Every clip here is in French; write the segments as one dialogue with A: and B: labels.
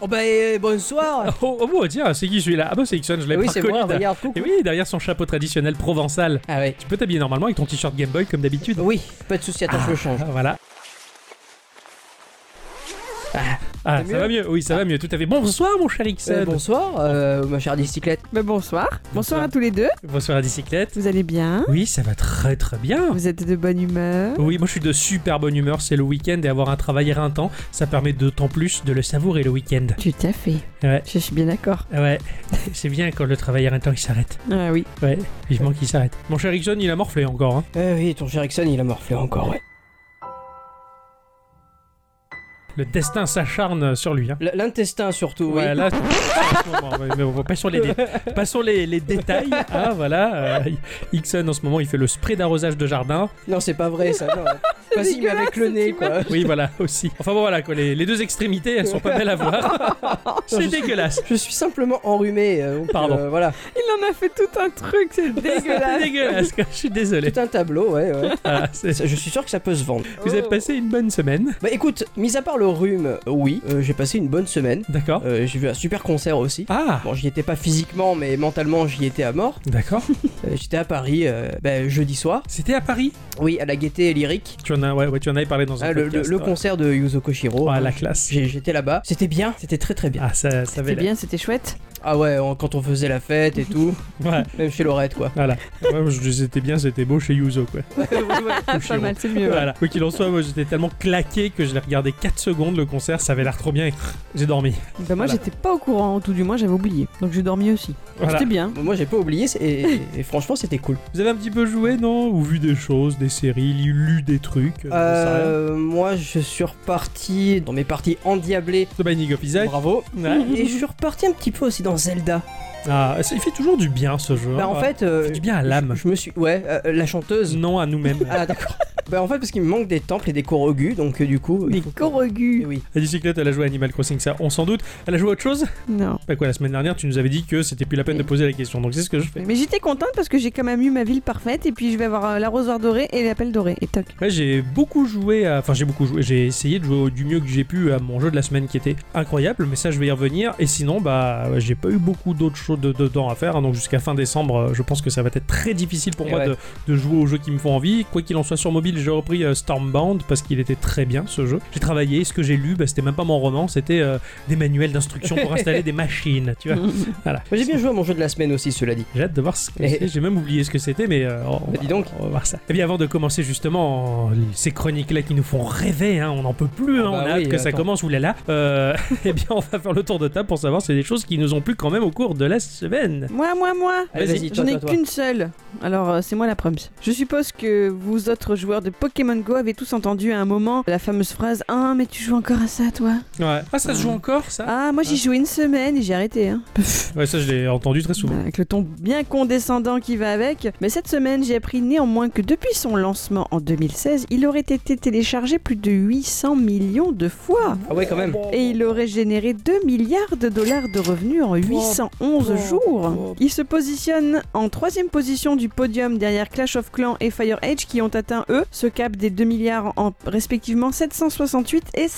A: Oh bah eh, bonsoir
B: Oh, oh, oh, tiens, c'est qui celui-là Ah bah c'est Ixon, je l'avais
A: Oui,
B: pas
A: c'est
B: reconnu.
A: moi, bah,
B: derrière-
A: regarde, coucou
B: Et oui, derrière son chapeau traditionnel provençal.
A: Ah ouais.
B: Tu peux t'habiller normalement avec ton t-shirt Game Boy comme d'habitude.
A: Oui, pas de souci, Oh, attends, je le change.
B: Ah, voilà. Ah, ah, ça
A: mieux
B: va mieux Oui, ça va mieux, tout à fait. Bonsoir mon cher Ixon.
A: Euh, bonsoir, euh, ma chère bicyclette.
C: Ben, bonsoir. bonsoir.
B: Bonsoir.
C: à tous les deux.
B: Bonsoir à Dicyclette.
C: Vous allez bien
B: Oui, ça va très très bien.
C: Vous êtes de bonne humeur
B: Oui, moi je suis de super bonne humeur, c'est le week-end et avoir un travail éreintant, ça permet d'autant plus de le savourer le week-end.
C: Tout à fait.
B: Ouais.
C: Je suis bien d'accord.
B: Ouais, c'est bien quand le travail éreintant il s'arrête.
C: Ah oui.
B: Ouais, vivement qu'il s'arrête. Mon cher Ixon, il a morflé encore. Hein.
A: Eh oui, ton cher Ixon, il a morflé encore, ouais.
B: Le destin s'acharne sur lui. Hein.
A: L- L'intestin surtout, oui.
B: Ouais, là, c'est- en ce moment, ouais, mais bon, passons les, dé- passons les, les détails. Ah, voilà. euh, Ixon, en ce moment, il fait le spray d'arrosage de jardin.
A: Non, c'est pas vrai, ça, non. Vas-y, mais
C: Dégueulasse,
A: avec le
C: cette
A: nez, quoi.
B: Oui, voilà, aussi. Enfin, bon, voilà, quoi, les, les deux extrémités, elles sont pas belles à voir. C'est dégueulasse.
A: Je suis simplement enrhumé, euh, donc,
B: Pardon.
A: euh, voilà.
C: Il en a fait tout un truc, c'est
B: C'est
C: dégueulasse.
B: dégueulasse, quoi, je suis désolé.
A: Tout un tableau, ouais, ouais.
B: Voilà, c'est-
A: Ça, Je suis sûr que ça peut se vendre.
B: Vous
C: Oh.
B: avez passé une bonne semaine,
A: Bah écoute, mis à part le rhume, euh, oui, euh, j'ai passé une bonne semaine.
B: d'accord
A: Euh, j'ai vu un super concert aussi.
B: Ah,
A: Bon, j'y étais pas physiquement, mais mentalement, j'y étais à mort.
B: d'accord.
A: Euh, J'étais à Paris euh, bah, jeudi soir.
B: C'était à Paris
A: Oui, à la gaieté lyrique.
B: Tu en as, ouais, ouais, tu en avais parlé dans un
A: Ah, le,
B: podcast,
A: le- le
B: ouais.
A: concert de Yuzo Koshiro.
B: Ah, la classe.
A: J'ai- J'étais là-bas. C'était bien, c'était très très bien.
B: Ah, ça, ça avait
C: C'était bien, c'était chouette.
A: Ah ouais, on- quand on faisait la fête et tout,
B: l'air- Ouais,
A: même chez Laurette quoi.
B: voilà. Ouais, je- c'était bien, c'était beau chez Yuzo, quoi.
C: Ah, pas mal, c'est mieux.
B: Voilà. Quoi qu'il en soit, moi j'étais tellement claqué que je l'ai regardé 4 secondes le concert, ça avait l'air trop bien et j'ai dormi.
C: Ben, moi,
B: Voilà.
C: j'étais pas au courant, tout du moins, j'avais oublié. Donc, j'ai dormi aussi.
B: Voilà.
C: C'était bien.
A: Moi j'ai pas oublié c'est- et, et franchement c'était cool.
B: Vous avez un petit peu joué, non Ou vu des choses, des séries, lu- lu des trucs j'en sais rien.
A: Euh, moi je suis reparti dans mes parties endiablées.
B: The Binding of Isaac.
A: Bravo.
B: Ouais.
A: Et je suis reparti un petit peu aussi dans Zelda.
B: Ah, ça- il fait toujours du bien ce jeu.
A: bah
B: hein.
A: en fait,
B: il
A: euh,
B: fait du bien à l'âme. Mm.
A: je, je me suis, ouais, euh, la chanteuse.
B: Non à nous-mêmes.
A: Ah d'accord. bah en fait parce qu'il me manque des temples et des korogus donc euh, du coup. il
C: Des
A: faut que- Eh
C: corogus.
A: Oui.
B: La bicyclette, elle a joué à Animal Crossing, ça on s'en doute. Elle a joué à autre chose
C: Non.
B: Bah quoi, la semaine dernière, tu nous avais dit que c'était plus la peine de poser la question, donc c'est ce que je fais.
C: Mais j'étais contente parce que j'ai quand même eu ma ville parfaite et puis je vais avoir euh, l'arrosoir doré et l'appel doré. Et toc.
B: Ouais, j'ai beaucoup joué, à- enfin j'ai beaucoup joué, j'ai essayé de jouer au- du mieux que j'ai pu à mon jeu de la semaine qui était incroyable, mais ça je vais y revenir. Et sinon, bah ouais, j'ai pas eu beaucoup d'autres choses de- dedans à faire, hein, donc jusqu'à fin décembre, euh, je pense que ça va être très difficile pour
A: Et
B: moi
A: ouais.
B: de, de jouer aux jeux qui me font envie. Quoi qu'il en soit, sur mobile, j'ai repris euh, Stormbound parce qu'il était très bien ce jeu. J'ai travaillé, ce que j'ai lu, bah, c'était même pas mon roman, c'était euh, des manuels d'instruction pour installer des machines, tu
A: Mm.
B: vois. Voilà.
A: Moi j'ai bien joué à mon jeu de la semaine aussi cela dit.
B: J'ai hâte de voir ce que
A: Et-
B: c'est. J'ai même oublié ce que c'était, mais euh, on,
A: Bah,
B: va-
A: dis donc.
B: on va voir ça. Et bien avant de commencer justement euh, ces chroniques-là qui nous font rêver, hein, on n'en peut plus,
A: Ah
B: hein,
A: bah
B: on a
A: oui,
B: hâte que ça
A: attends.
B: commence, oulala. Euh, Eh bien on va faire le tour de table pour savoir si des choses qui nous ont plu quand même au cours de la semaine.
C: Moi, moi, moi.
A: Allez,
B: Vas-y.
A: vas-y, toi,
C: J'en ai
A: toi, toi.
C: qu'une seule. Alors, euh, c'est moi la proms. Je suppose que vous autres joueurs de Pokémon Go avez tous entendu à un moment la fameuse phrase Ah, mais tu joues encore à ça, toi
B: Ouais. Ah ça se joue encore ça
C: Ah, moi j'y jouais une semaine et j'ai arrêté. Hein.
B: Ouais ça je l'ai entendu très souvent.
C: Avec le ton bien condescendant qui va avec. Mais cette semaine, j'ai appris néanmoins que depuis son lancement en 2016, il aurait été téléchargé plus de 800 millions de fois.
A: Ah ouais quand même.
C: Et il aurait généré 2 milliards de dollars de revenus en 811 jours. Il se positionne en troisième position du podium derrière Clash of Clans et Fire Age qui ont atteint, eux, ce cap des 2 milliards en respectivement 768 et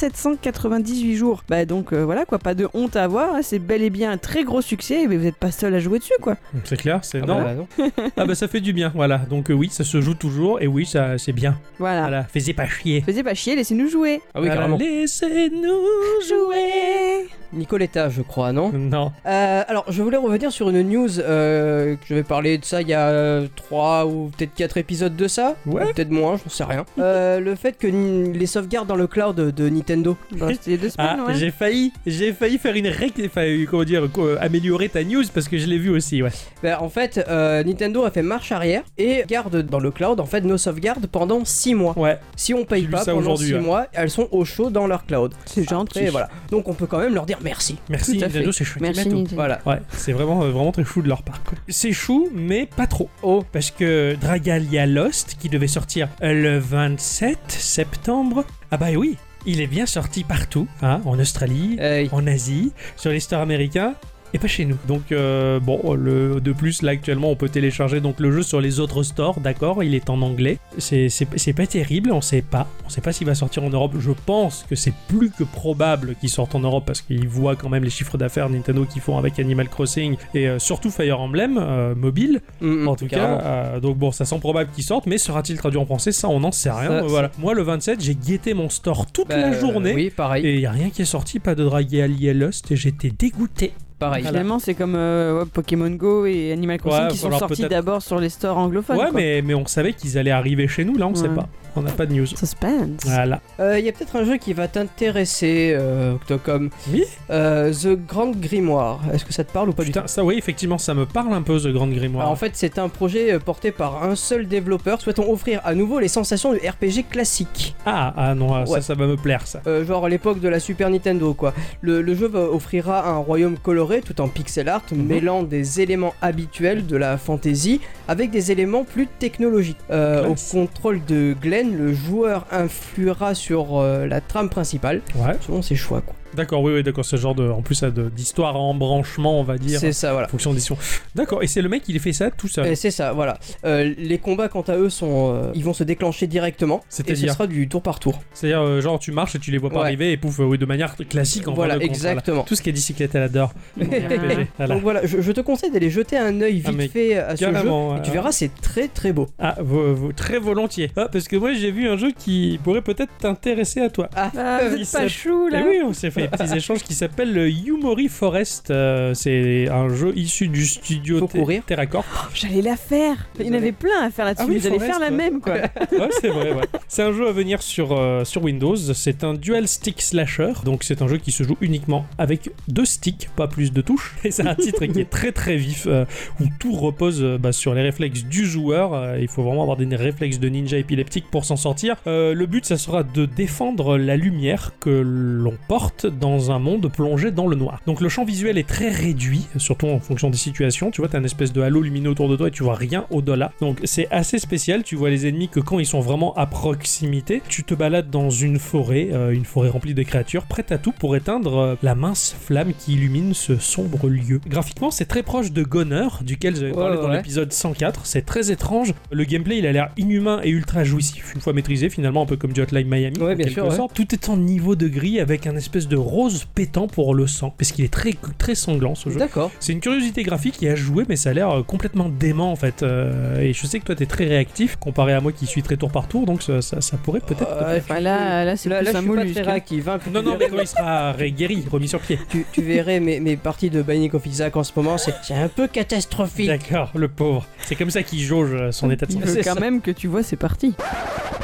C: 798 jours. Bah donc euh, voilà quoi, pas de honte à avoir, hein, c'est bel et bien un très gros succès, mais vous n'êtes pas seul à jouer dessus quoi.
B: C'est clair, c'est
A: Ah
B: non.
A: bah, non.
B: Ah bah ça fait du bien, voilà. Donc euh, oui ça se joue toujours et oui ça c'est bien.
C: Voilà.
B: Voilà, faisait pas chier.
C: Faisais pas chier, laissez-nous jouer.
A: Ah oui
B: Voilà,
A: carrément.
B: Laissez-nous
C: Jouer
A: Nicoletta je crois non.
B: Non.
A: Euh, alors, je voulais revenir sur une news. euh, que je vais parler de ça il y a euh, trois ou peut-être quatre épisodes de ça.
B: Ouais.
A: Ou Peut-être moins, j'en sais rien. Euh, le fait que ni- les sauvegardes dans le cloud de Nintendo.
C: Bon, c'était les deux
B: Ah,
C: semaines, ouais.
B: j'ai failli, j'ai failli faire une rec, enfin, euh, comment dire, quoi, améliorer ta news parce que je l'ai vu aussi, ouais.
A: Bah, en fait, euh, Nintendo a fait marche arrière et garde dans le cloud en fait nos sauvegardes pendant 6 mois.
B: Ouais,
A: Si on paye
B: J'ai lu
A: pas
B: ça
A: pendant
B: aujourd'hui,
A: 6
B: ouais.
A: mois, elles sont au chaud dans leur cloud.
C: C'est gentil.
A: Et voilà. Donc on peut quand même leur dire merci.
B: merci
C: Tout à fait.
B: Nintendo, c'est chouette.
C: Merci
B: Matou.
C: Nintendo.
A: Voilà.
B: Ouais, c'est vraiment, euh, vraiment très chou de leur part. quoi. C'est chou, mais pas trop. Oh, parce que Dragalia Lost, qui devait sortir euh, le 27 septembre, ah bah oui, il est bien sorti partout, hein, en Australie,
A: Euh,
B: en Asie, sur les stores américains. et pas chez nous. Donc euh, bon, le, de plus là actuellement on peut télécharger donc le jeu sur les autres stores, d'accord, il est en anglais. C'est c'est- c'est pas terrible, on sait pas. On sait pas s'il va sortir en Europe. Je pense que c'est plus que probable qu'il sorte en Europe parce qu'ils voient quand même les chiffres d'affaires Nintendo qu'ils font avec Animal Crossing et euh, surtout Fire Emblem euh, mobile
A: Mm, mm,
B: en tout
A: carrément.
B: cas. euh, donc bon, ça semble probable qu'il sorte, mais sera-t-il traduit en français Ça, on n'en sait rien.
A: Ça,
B: Euh, voilà. Moi, le 27, j'ai guetté mon store toute
A: Bah,
B: la journée.
A: Oui, pareil.
B: Et il a rien qui est sorti, pas de Draghi Allié Lost, et j'étais dégoûté.
A: Pareil.
B: Voilà.
C: Finalement, c'est comme euh, ouais, Pokémon Go et Animal Crossing
B: Ouais,
C: qui sont
B: alors
C: sortis
B: peut-être-
C: d'abord sur les stores anglophones.
B: ouais,
C: quoi.
B: mais, mais on savait qu'ils allaient arriver chez nous, là, on sait
C: Ouais.
B: pas. On n'a pas de news.
C: Suspense.
B: Voilà.
A: Il Euh, y a peut-être un jeu qui va t'intéresser, euh, Octocom.
B: Oui.
A: Euh, The Grand Grimoire. Est-ce que ça te parle ou pas du tout
B: Putain, ça, oui, effectivement, ça me parle un peu, The Grande Grimoire.
A: Alors, en fait, c'est un projet euh, porté par un seul développeur souhaitant offrir à nouveau les sensations du RPG classique.
B: Ah, ah non, ah,
A: Ouais.
B: ça, ça va me plaire, ça.
A: Euh, genre à l'époque de la Super Nintendo quoi. Le, le jeu va- offrira un royaume coloré tout en pixel art
B: Mhm.
A: mêlant des éléments habituels de la fantasy avec des éléments plus technologiques. Euh, au
B: Classe.
A: contrôle de Glenn, le joueur influera sur euh, la trame principale
B: Ouais.
A: selon ses choix quoi.
B: D'accord, oui, oui, d'accord, ce genre de. En plus, ça, de- d'histoire à embranchement, on va dire.
A: C'est ça voilà.
B: En fonction des sons. D'accord, et c'est le mec, il a fait ça tout seul.
A: Et c'est ça voilà. Euh, les combats quant à eux sont euh, ils vont se déclencher directement et ce
B: C'est-à-dire,
A: sera du tour par tour.
B: c'est-à-dire, euh, genre, tu marches et tu les vois pas
A: Ouais.
B: arriver, et pouf, euh, oui, de manière classique, en fin
A: voilà
B: de compte,
A: exactement.
B: Tout ce qui est bicyclette, elle adore. RPG, voilà.
A: Donc voilà, je, je te conseille d'aller jeter un œil
B: Ah,
A: vite
B: mais
A: fait à ce jeu.
B: Carrément,
A: Et tu
B: euh,
A: verras, c'est très très beau.
B: Ah, vo- vo- très volontiers. Ah, parce que moi j'ai vu un jeu qui pourrait peut-être t'intéresser à toi.
A: Ah,
C: Ah, vous
B: Il
C: êtes
B: s'appelle-
C: pas chou
B: Et
C: là
B: Eh oui, on s'est fait des petits échanges qui s'appelle le Yumori Forest. Euh, c'est un jeu issu du studio
A: Faut
B: Te-
A: courir.
B: TerraCorp.
C: Oh, J'allais la faire Il y en
A: Désolé.
C: avait plein à faire là-dessus,
B: Ah oui,
C: ils allaient
B: Forest,
C: faire la
B: ouais.
C: même quoi
B: Ouais, c'est vrai, ouais. C'est un jeu à venir sur, euh, sur Windows. C'est un dual stick slasher. Donc, c'est un jeu qui se joue uniquement avec deux sticks, pas plus de touches. Et c'est un titre qui est très très vif, euh, où tout repose euh, bah, sur les réflexes du joueur. Euh, il faut vraiment avoir des réflexes de ninja épileptique pour s'en sortir. Euh, le but, ça sera de défendre la lumière que l'on porte dans un monde plongé dans le noir. Donc, le champ visuel est très réduit, surtout en fonction des situations. Tu vois, t'as une espèce de halo lumineux autour de toi et tu vois rien au-delà. Donc, c'est assez spécial. Tu vois les ennemis que quand ils sont vraiment à proximité. Tu te balades dans une forêt, euh, une forêt remplie de créatures, prête à tout pour éteindre euh, la mince flamme qui illumine ce sombre lieu. Graphiquement, c'est très proche de Goner, duquel j'avais
A: Ouais,
B: parlé dans
A: ouais.
B: l'épisode 104. C'est très étrange. Le gameplay, il a l'air inhumain et ultra jouissif. Une fois maîtrisé, finalement, un peu comme du Hotline Miami.
A: Ouais,
B: en
A: bien
B: quelque
A: sûr, ouais.
B: sorte. Tout est en niveau de gris avec un espèce de rose pétant pour le sang. Parce qu'il est très, très sanglant ce jeu.
A: D'accord.
B: C'est une curiosité graphique qui a joué, mais ça a l'air euh, complètement dément en fait. Euh, et je sais que toi t'es très réactif comparé à moi qui suis très tour par tour, donc ça, ça- ça pourrait peut-être. te plaire.
C: Enfin, là, là c'est
A: Là,
C: plus
A: là, je
C: un
A: suis pas
C: mollusque.
A: très réactif. hein.
B: Ah, Euh, Non, non, mais quand il sera ré- guéri, remis sur pied.
A: tu, tu verrais mes, mes parties de Binding of Isaac en ce moment, c'est c'est un peu catastrophique.
B: D'accord, le pauvre. C'est comme ça qu'il jauge euh, son état de
C: Il
B: santé.
C: veut
A: C'est
C: quand
A: ça.
C: même que tu vois, c'est parti.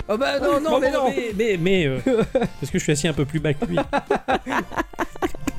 A: Oh bah non, non,
B: Bon,
A: mais
B: bon,
A: non
B: Mais, mais, mais, euh, parce que je suis assis un peu plus bas que lui.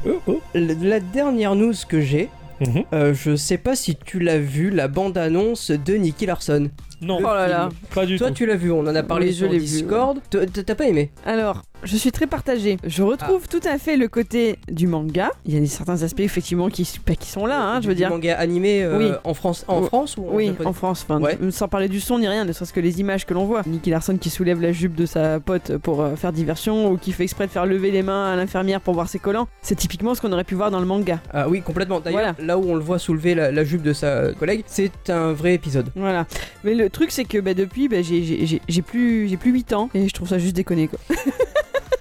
B: Oh, oh.
A: Le- La dernière news que j'ai,
B: Mhm.
A: euh, je sais pas si tu l'as vu, la bande-annonce de Nicky Larson.
B: Non,
C: Oh là là.
B: pas du
A: Toi,
B: tout.
A: tu l'as vu, on en a parlé
C: Oui, je
A: sur
C: l'ai vu,
A: Discord. T- t- T'as pas aimé
C: Alors, je suis très partagée. Je retrouve
B: Ah.
C: tout à fait le côté du manga. Il y a des- certains aspects effectivement qui, pas qui sont là, hein, je veux
A: Du
C: dire.
A: manga animé euh,
C: Oui.
A: en France, en
C: Oui.
A: France ou en
C: Oui,
A: japonais
C: en France, enfin,
A: Ouais.
C: sans parler du son ni rien, ne serait-ce que les images que l'on voit. Nicky Larson qui soulève la jupe de sa pote pour euh, faire diversion ou qui fait exprès de faire lever les mains à l'infirmière pour voir ses collants, c'est typiquement ce qu'on aurait pu voir dans le manga.
A: Ah oui, complètement. D'ailleurs, là où on le voit soulever la, la jupe de sa euh, collègue, c'est un vrai épisode.
C: Voilà. Mais le truc, c'est que bah, depuis, bah, j'ai- j'ai j'ai- j'ai plus, j'ai plus 8 ans et je trouve ça juste déconné quoi.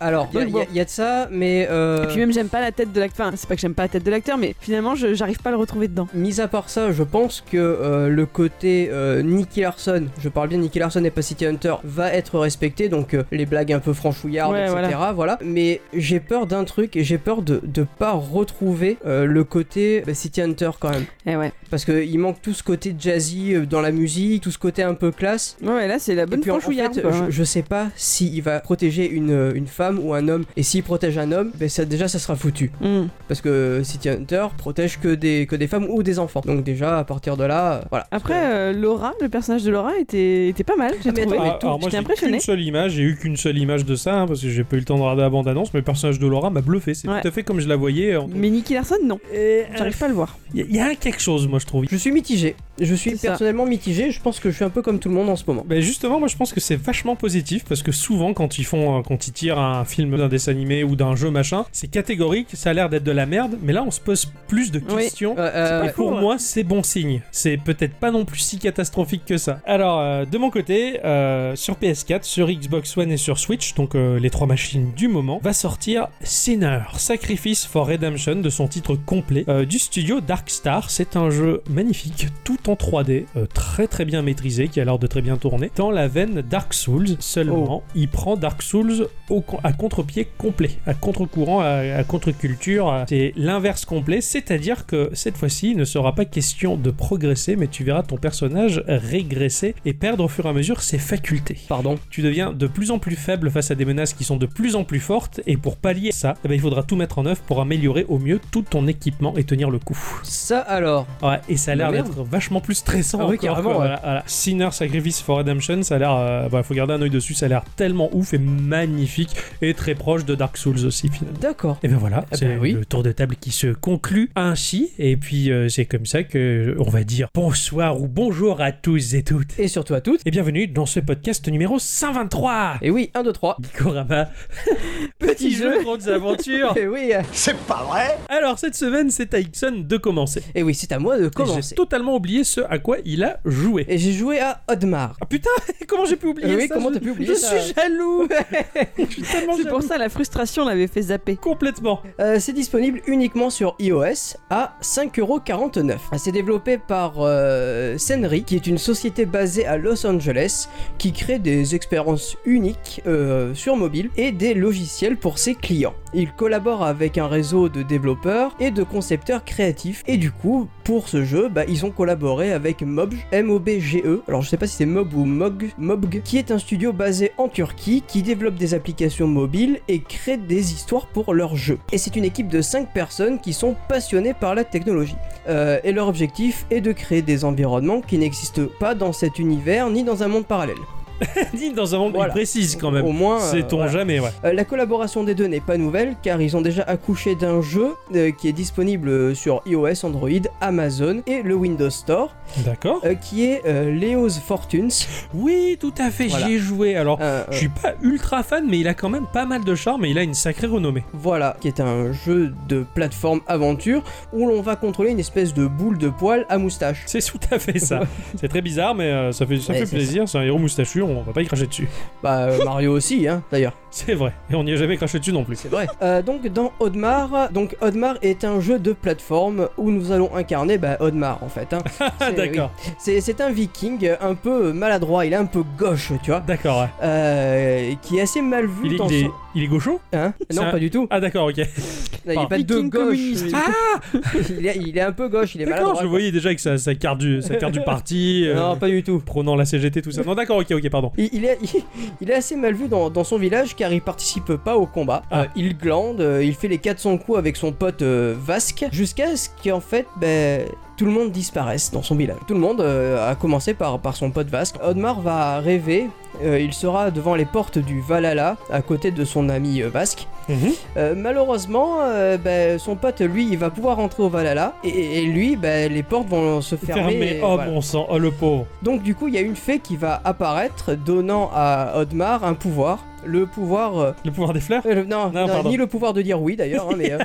A: Alors, il y, a-
C: Donc, bon.
A: y a- y a de ça, mais. euh,
C: Et puis même, j'aime pas la tête de l'acteur. Enfin, c'est pas que j'aime pas la tête de l'acteur, mais finalement, je- j'arrive pas à le retrouver dedans.
A: Mis à part ça, je pense que euh, le côté euh, Nicky Larson, je parle bien de Nicky Larson et pas City Hunter, va être respecté, donc euh, les blagues un peu franchouillardes,
C: Ouais,
A: etc. Voilà. Mais j'ai peur d'un truc et j'ai peur de ne pas retrouver euh, le côté bah, City Hunter quand même.
C: Eh ouais.
A: Parce qu'il manque tout ce côté jazzy euh, dans la musique, tout ce côté un peu classe.
C: Ouais, là, c'est la
A: Et
C: bonne
A: puis en, en
C: franchouillade.
A: fait,
C: quoi,
A: je,
C: ouais.
A: je sais pas s'il va protéger une, une femme ou un homme. Et s'il protège un homme, ben ça, déjà ça sera foutu.
C: Mm.
A: Parce que City Hunter protège que des, que des femmes ou des enfants. Donc déjà, à partir de là, euh, voilà.
C: Après, euh, Laura, le personnage de Laura était, était pas mal. J'ai
A: Ah, mais
C: trouvé.
A: attends,
B: Ah, alors moi,
C: J'étais
B: j'ai
C: impressionnée.
B: qu'une seule image, j'ai eu qu'une seule image de ça, hein, parce que j'ai pas eu le temps de regarder la bande-annonce, mais le personnage de Laura m'a bluffé. C'est
C: Ouais.
B: tout à fait comme je la voyais. en-
C: Mais Nicky Larson, non.
B: Et, euh,
C: J'arrive pas à le voir.
B: Il y, y a quelque chose, moi, je trouve.
A: Je suis mitigé. Je suis
C: C'est ça.
A: personnellement mitigé. Je pense que je suis un peu comme tout le monde en ce moment.
B: Ben justement, moi je pense que c'est vachement positif parce que souvent quand ils font, euh, quand ils tirent un, d'un film, d'un dessin animé ou d'un jeu machin, c'est catégorique, ça a l'air d'être de la merde, mais là on se pose plus de
C: Oui.
B: questions.
A: Euh, euh,
B: Et pour moi, c'est bon signe. C'est peut-être pas non plus si catastrophique que ça. Alors, euh, de mon côté, euh, sur PS4, sur Xbox One et sur Switch, donc euh, les trois machines du moment, va sortir Sinner, Sacrifice for Redemption de son titre complet euh, du studio Dark Star. C'est un jeu magnifique, tout en 3D, euh, très très bien maîtrisé, qui a l'air de très bien tourner, dans la veine Dark Souls seulement. Il prend Dark Souls au con- à contre-pied complet, à contre-courant, à, à contre-culture. à- C'est l'inverse complet, c'est-à-dire que cette fois-ci, il ne sera pas question de progresser, mais tu verras ton personnage régresser et perdre au fur et à mesure ses facultés.
A: Pardon.
B: Tu deviens de plus en plus faible face à des menaces qui sont de plus en plus fortes, et pour pallier ça, eh ben, il faudra tout mettre en œuvre pour améliorer au mieux tout ton équipement et tenir le coup.
A: Ça alors.
B: Ouais, et ça a l'air
A: Ah, merde.
B: d'être vachement plus stressant.
A: Ah oui,
B: encore,
A: carrément,
B: quoi.
A: ouais.
B: Voilà, voilà. Sinner Sacrifice for Redemption, ça a l'air. euh, voilà, faut garder un œil dessus, ça a l'air tellement ouf et magnifique et très proche de Dark Souls aussi finalement.
A: D'accord.
B: Et ben voilà,
A: Eh
B: c'est
A: ben oui.
B: le tour de table qui se conclut ainsi. Et puis euh, c'est comme ça que euh, on va dire bonsoir ou bonjour à tous et toutes.
A: Et surtout à toutes.
B: Et bienvenue dans ce podcast numéro 123.
A: Et oui, 1, 2, 3.
B: Nikorama,
A: Petit jeu.
B: grandes aventures.
A: Et oui. euh,
B: Alors cette semaine, c'est à Ixon de commencer.
A: Et oui, c'est à moi de
B: J'ai
A: commencer.
B: totalement oublié ce à quoi il a joué.
A: Et j'ai joué à Odmar.
B: Ah putain, comment j'ai pu oublier
A: Euh, oui,
B: ça
A: comment
B: Je-
A: t'as pu oublier
B: Je
A: ça
B: suis jaloux. je suis tellement
C: Euh, C'est pour
B: jaloux.
C: ça la frustration l'avait fait zapper.
B: Complètement.
A: Euh, c'est disponible uniquement sur iOS à 5,49€. C'est développé par euh, Senri, qui est une société basée à Los Angeles, qui crée des expériences uniques euh, sur mobile et des logiciels pour ses clients. Il collabore avec un réseau de développeurs et de concepteurs créatifs, et du coup, pour ce jeu, bah, ils ont collaboré avec Mobge, M-O-B-G-E, E. alors je sais pas si c'est Mob ou Mog, Mobg, qui est un studio basé en Turquie, qui développe des applications mobiles et crée des histoires pour leurs jeux. Et c'est une équipe de 5 personnes qui sont passionnées par la technologie. Euh, et leur objectif est de créer des environnements qui n'existent pas dans cet univers ni dans un monde parallèle.
B: Dit dans un monde
A: Voilà.
B: il précise quand même.
A: Au moins, euh,
B: C'est ton
A: voilà.
B: jamais, ouais.
A: Euh, la collaboration des deux n'est pas nouvelle car ils ont déjà accouché d'un jeu euh, qui est disponible euh, sur iOS, Android, Amazon et le Windows Store,
B: D'accord.
A: euh, qui est euh, Leo's Fortunes.
B: Oui, tout à fait,
A: Voilà.
B: j'y ai joué. Alors,
A: Euh,
B: Oh, je suis pas ultra fan, mais il a quand même pas mal de charme et il a une sacrée renommée.
A: Voilà, qui est un jeu de plateforme aventure où l'on va contrôler une espèce de boule de poil à moustache.
B: C'est tout à fait ça. c'est très bizarre, mais euh, ça fait, ça
A: Ouais,
B: fait
A: c'est
B: plaisir. C'est un héros moustachu, on va pas y cracher dessus.
A: Bah euh, Mario aussi, hein, d'ailleurs.
B: C'est vrai. Et on n'y a jamais craché dessus non plus.
A: C'est vrai. Euh, donc dans Odmar, donc Odmar est un jeu de plateforme où nous allons incarner bah, Odmar en fait. hein.
B: Ah,
A: C'est-
B: d'accord.
A: oui. C'est c'est un viking euh, un peu maladroit, il est un peu gauche, tu vois,
B: D'accord, ouais.
A: euh, qui est assez mal vu
B: Il est,
A: dans
B: il est-
A: son-
B: il est gaucho
A: Hein non,
B: un-
A: pas du tout.
B: Ah, d'accord, ok.
A: il est pas de
C: Viking
A: gauche.
C: communiste.
A: Il... Ah il est, il est un peu gauche, il est
B: D'accord,
A: maladroit.
B: je le voyais déjà avec sa, sa carte, du, sa carte du parti. euh,
A: Non, pas du tout.
B: prônant la CGT, tout ça. Non, d'accord, ok, ok, pardon.
A: Il, il est, il est assez mal vu dans, dans son village car il participe pas au combat.
B: Ah.
A: Euh, il glande, euh, il fait les 400 coups avec son pote euh, Vasque jusqu'à ce qu'en fait ben, tout le monde disparaisse dans son village. Tout le monde euh, a commencé par, par son pote Vasque. Odmar va rêver, euh, il sera devant les portes du Valhalla à côté de son ami euh, Vasque. Euh, malheureusement, euh, ben, son pote lui il va pouvoir entrer au Valhalla et, et lui ben, les portes vont se fermer.
B: Fermé,
A: et
B: oh
A: voilà.
B: bon sang, oh le pauvre.
A: Donc du coup, il y a une fée qui va apparaître, donnant à Odmar un pouvoir. Le pouvoir... euh,
B: Le pouvoir des fleurs
A: euh, le- non,
B: Non,
A: non,
B: pardon.
A: ni le pouvoir de dire oui d'ailleurs, hein, mais... euh,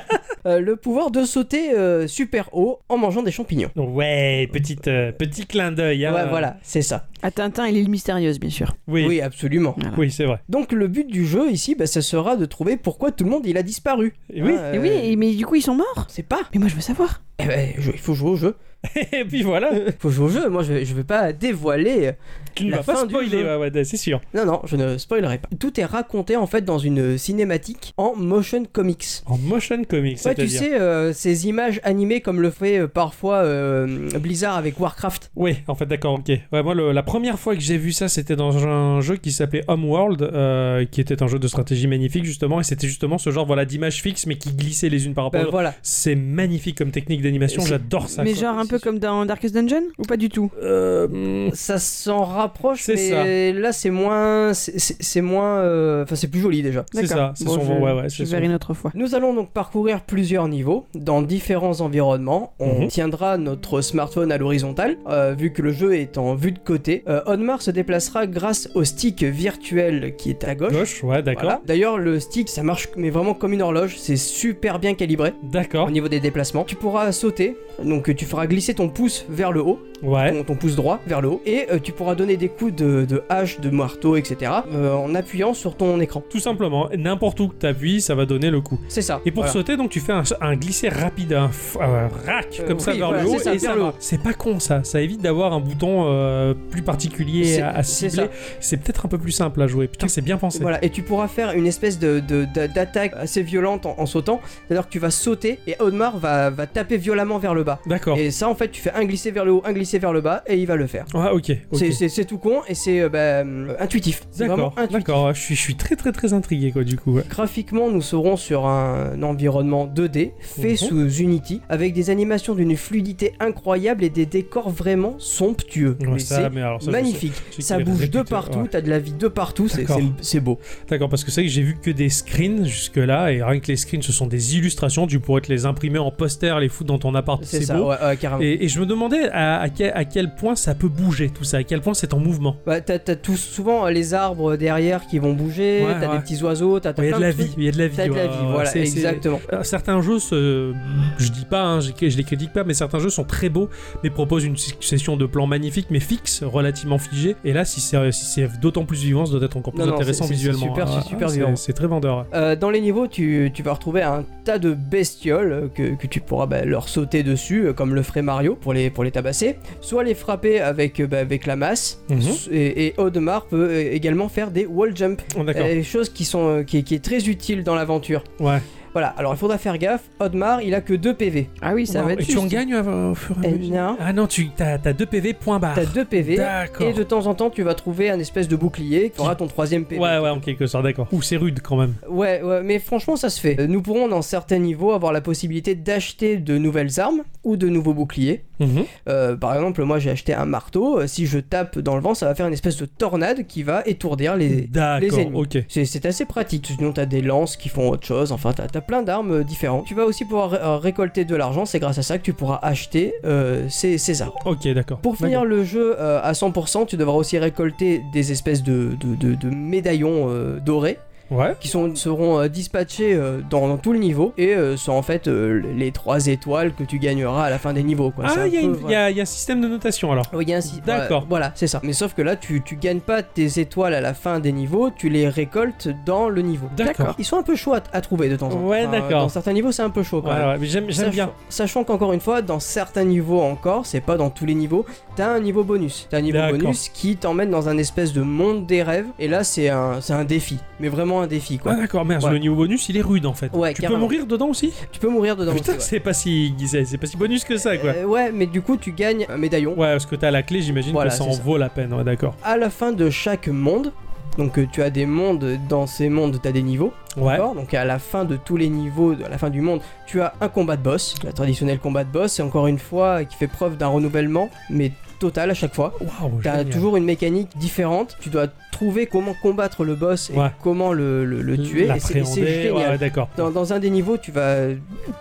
A: euh, le pouvoir de sauter euh, super haut en mangeant des champignons.
B: Ouais, petite, euh, petit clin d'œil. hein.
A: Ouais, voilà, c'est ça.
C: À Ah, Tintin et l'île mystérieuse, bien sûr.
B: Oui, oui.
A: Oui, absolument.
B: c'est vrai.
A: Donc le but du jeu ici, bah, ça sera de trouver pourquoi tout le monde il a disparu.
B: Et oui,
A: Hein,
C: Et
A: euh,
C: oui, et- mais du coup, ils sont morts.
A: C'est pas.
C: Mais moi, je veux savoir.
A: Eh ben, je- il faut jouer au jeu.
B: et puis voilà.
A: Il faut jouer au jeu. Moi, je, je vais pas dévoiler.
B: Tu ne
A: La
B: vas pas
A: fin du
B: spoiler,
A: jeu.
B: ouais, ouais, c'est sûr.
A: Non, non, je ne spoilerai pas. Tout est raconté en fait dans une cinématique en motion comics.
B: En motion comics,
A: Ouais, tu
B: c'est-à-dire.
A: sais, euh, ces images animées comme le fait euh, parfois euh, Blizzard avec Warcraft.
B: Oui, en fait, d'accord, ok. Ouais, moi, le- la première fois que j'ai vu ça, c'était dans un jeu qui s'appelait Homeworld, euh, qui était un jeu de stratégie magnifique, justement, et c'était justement ce genre voilà, d'images fixes, mais qui glissaient les unes par rapport
A: Ben
B: aux autres.
A: voilà.
B: C'est magnifique comme technique d'animation,
A: C'est-
B: j'adore ça.
C: mais
B: quoi.
C: genre un
A: C'est-
C: peu peu comme dans Darkest Dungeon ou pas du tout
B: Euh,
A: Ça s'en rapproche,
B: C'est
A: mais là c'est moins, c'est- c'est c'est moins, euh, enfin c'est plus joli déjà.
B: c'est
C: D'accord.
B: ça, c'est
C: Bon,
B: son
C: je-
B: ouais, ouais,
C: Je
B: c'est
C: verrai une autre fois.
A: Nous allons donc parcourir plusieurs niveaux dans différents environnements. On
B: Mhm.
A: tiendra notre smartphone à l'horizontale, euh, vu que le jeu est en vue de côté. Euh, Onmar se déplacera grâce au stick virtuel qui est à
B: son
A: gauche.
B: gauche, ouais, d'accord.
A: Voilà. D'ailleurs, le stick, ça marche mais vraiment comme une horloge. C'est super bien calibré
B: D'accord,
A: au niveau des déplacements. Tu pourras sauter, donc euh, tu feras glisser ton pouce vers le haut,
B: ouais,
A: ton, ton pouce droit vers le haut, et euh, tu pourras donner des coups de, de hache, de marteau, etc. euh, en appuyant sur ton écran.
B: tout simplement. N'importe où que t'appuies, ça va donner le coup.
A: C'est ça.
B: Et pour
A: Voilà.
B: sauter, donc tu fais un, un glisser rapide, un, f- un rack
A: Euh,
B: comme ça
A: oui,
B: vers
A: voilà,
B: le haut
A: c'est ça,
B: et ça
A: vers le
B: va.
A: haut.
B: C'est pas con ça, ça évite d'avoir un bouton euh, plus particulier
A: C'est-
B: à, à
A: c'est
B: cibler.
A: ça.
B: C'est peut-être un peu plus simple à jouer. Putain, c'est bien pensé.
A: Voilà, et tu pourras faire une espèce de, de- de- d'attaque assez violente en, en sautant. C'est-à-dire que tu vas sauter et Audemars va, va taper violemment vers le bas.
B: D'accord.
A: Et ça, en fait, tu fais un glisser vers le haut, un glisser vers le bas, et il va le faire.
B: Ah ok. ok.
A: C'est, c'est- c'est tout con et c'est euh, bah, euh, intuitif. C'est
B: D'accord,
A: vraiment intuitif.
B: d'accord. Je suis, je suis très très très intrigué quoi du coup. ouais.
A: Graphiquement, nous serons sur un environnement 2D fait
B: Mhm.
A: sous Unity avec des animations d'une fluidité incroyable et des décors vraiment somptueux.
B: Ouais,
A: Mais
B: ça,
A: c'est
B: mais alors, ça, je
A: magnifique.
B: sais- je sais
A: Ça
B: qu'il est
A: bouge de
B: réputé,
A: partout,
B: ouais.
A: t'as de la vie de partout, c'est,
B: D'accord.
A: c'est- c'est beau.
B: D'accord, parce que c'est vrai que j'ai vu que des screens jusque-là, et rien que les screens, ce sont des illustrations, tu pourrais te les imprimer en poster, les foutre dans ton appart,
A: C'est,
B: c'est
A: ça,
B: beau.
A: ouais, ouais, carrément.
B: Et, et je me demandais à, à quel, à quel point ça peut bouger tout ça, à quel point c'est en mouvement.
A: Bah, t'as, t'as tout, souvent euh, les arbres derrière qui vont bouger,
B: Ouais,
A: t'as
B: ouais.
A: des petits oiseaux, t'as, t'as
B: Il y a de
A: plein
B: la
A: trucs.
B: vie, il y a de la vie.
A: T'as de la
B: ouais,
A: vie,
B: ouais,
A: voilà,
B: c'est- c'est-
A: exactement.
B: Euh, Certains jeux, se- je dis pas, hein, je, je les critique pas, mais certains jeux sont très beaux, mais proposent une succession de plans magnifiques, mais fixes, relativement figés. Et là, si c'est si c'est d'autant plus vivant, ça doit être encore plus
A: Non, non,
B: intéressant
A: c'est- c'est- c'est
B: visuellement.
A: super-
B: Ah,
A: c'est super
B: ah,
A: vivant.
B: C'est très vendeur. ouais.
A: Euh, dans les niveaux, tu, tu vas retrouver un tas de bestioles euh, que, que tu pourras bah, leur sauter dessus, euh, comme le ferait Mario pour les, pour les tabasser, soit les frapper avec, euh, bah, avec la masse,
B: Mhm.
A: s- et, et Audemars peut euh, également faire des wall jump,
B: Oh, D'accord.
A: euh, chose qui, sont, euh, qui, qui est très utile dans l'aventure.
B: Ouais.
A: Voilà, alors il faudra faire gaffe, Audemars il a que 2 PV.
C: Ah oui, ça
B: Wow.
C: va être
B: Et tu
C: juste.
B: en gagnes euh, au fur et à
A: Eh
B: mesure
A: non.
B: Ah non, tu t'as 2 PV point barre.
A: T'as 2 PV,
B: D'accord.
A: et de temps en temps tu vas trouver un espèce de bouclier qui aura ton troisième PV.
B: Ouais, ouais, en quelque sorte, d'accord. Ouh, c'est rude quand même.
A: Ouais, ouais, mais franchement, ça se fait. Euh, Nous pourrons, dans certains niveaux, avoir la possibilité d'acheter de nouvelles armes ou de nouveaux boucliers.
B: Mhm.
A: Euh, par exemple, moi j'ai acheté un marteau. Euh, Si je tape dans le vent, ça va faire une espèce de tornade qui va étourdir les. les
B: D'accord,
A: ennemis.
B: ok.
A: C'est- C'est assez pratique. Sinon, t'as des lances qui font autre chose. Enfin, t'as as plein d'armes euh, différentes. Tu vas aussi pouvoir ré- euh, récolter de l'argent. C'est grâce à ça que tu pourras acheter euh, ces, ces armes.
B: Ok, d'accord.
A: Pour finir le jeu euh, à 100%, tu devras aussi récolter des espèces de, de- de- de médaillons euh, dorés
B: D'accord. Ouais.
A: qui sont, seront euh, dispatchés euh, dans, dans tout le niveau et euh, sont en fait euh, les trois étoiles que tu gagneras à la fin des niveaux. Quoi. C'est
B: Ah,
A: un
B: il y, a
A: peu,
B: une-
A: voilà.
B: il y a- il y a un système de notation alors.
A: Oui, il y a un si-
B: D'accord.
A: ouais, voilà, c'est ça. Mais sauf que là, tu, tu gagnes pas tes étoiles à la fin des niveaux, tu les récoltes dans le niveau.
B: D'accord.
A: Ils sont un peu chauds à, à trouver de temps en temps.
B: Ouais,
A: euh,
B: d'accord.
A: Dans certains niveaux, c'est un peu chaud quand
B: Ouais,
A: même.
B: ouais, mais j'aime j'aime
A: Sachant-
B: bien.
A: Sachant qu'encore une fois, dans certains niveaux encore, c'est pas dans tous les niveaux, t'as un niveau bonus. T'as un niveau
B: D'accord.
A: bonus qui t'emmène dans un espèce de monde des rêves. Et là, c'est un, c'est un défi. Mais vraiment un défi, quoi.
B: Ah d'accord, merde,
A: Ouais.
B: le niveau bonus il est rude en fait.
A: Ouais,
B: tu
A: carrément.
B: peux mourir dedans aussi
A: Tu peux mourir dedans.
B: Putain,
A: aussi,
B: c'est pas si c'est c'est pas si bonus que ça
A: ouais.
B: quoi.
A: Euh, ouais, mais du coup, tu gagnes un médaillon.
B: Ouais, parce que t'as la clé, j'imagine
A: Voilà,
B: que ça
A: c'est
B: en
A: ça.
B: vaut la peine, ouais, d'accord.
A: À la fin de chaque monde, donc euh, tu as des mondes, dans ces mondes, t'as des niveaux.
B: Ouais.
A: D'accord Donc à la fin de tous les niveaux, à la fin du monde, tu as un combat de boss. Le traditionnel combat de boss, c'est encore une fois qui fait preuve d'un renouvellement, mais total à chaque fois.
B: Waouh,
A: T'as
B: génial.
A: toujours une mécanique différente. Tu dois trouver comment combattre le boss et
B: Ouais.
A: comment le, le- le tuer. Et c'est- et
B: L'appréhender,
A: c'est
B: ouais,
A: génial.
B: ouais, d'accord.
A: Dans, dans un des niveaux, tu vas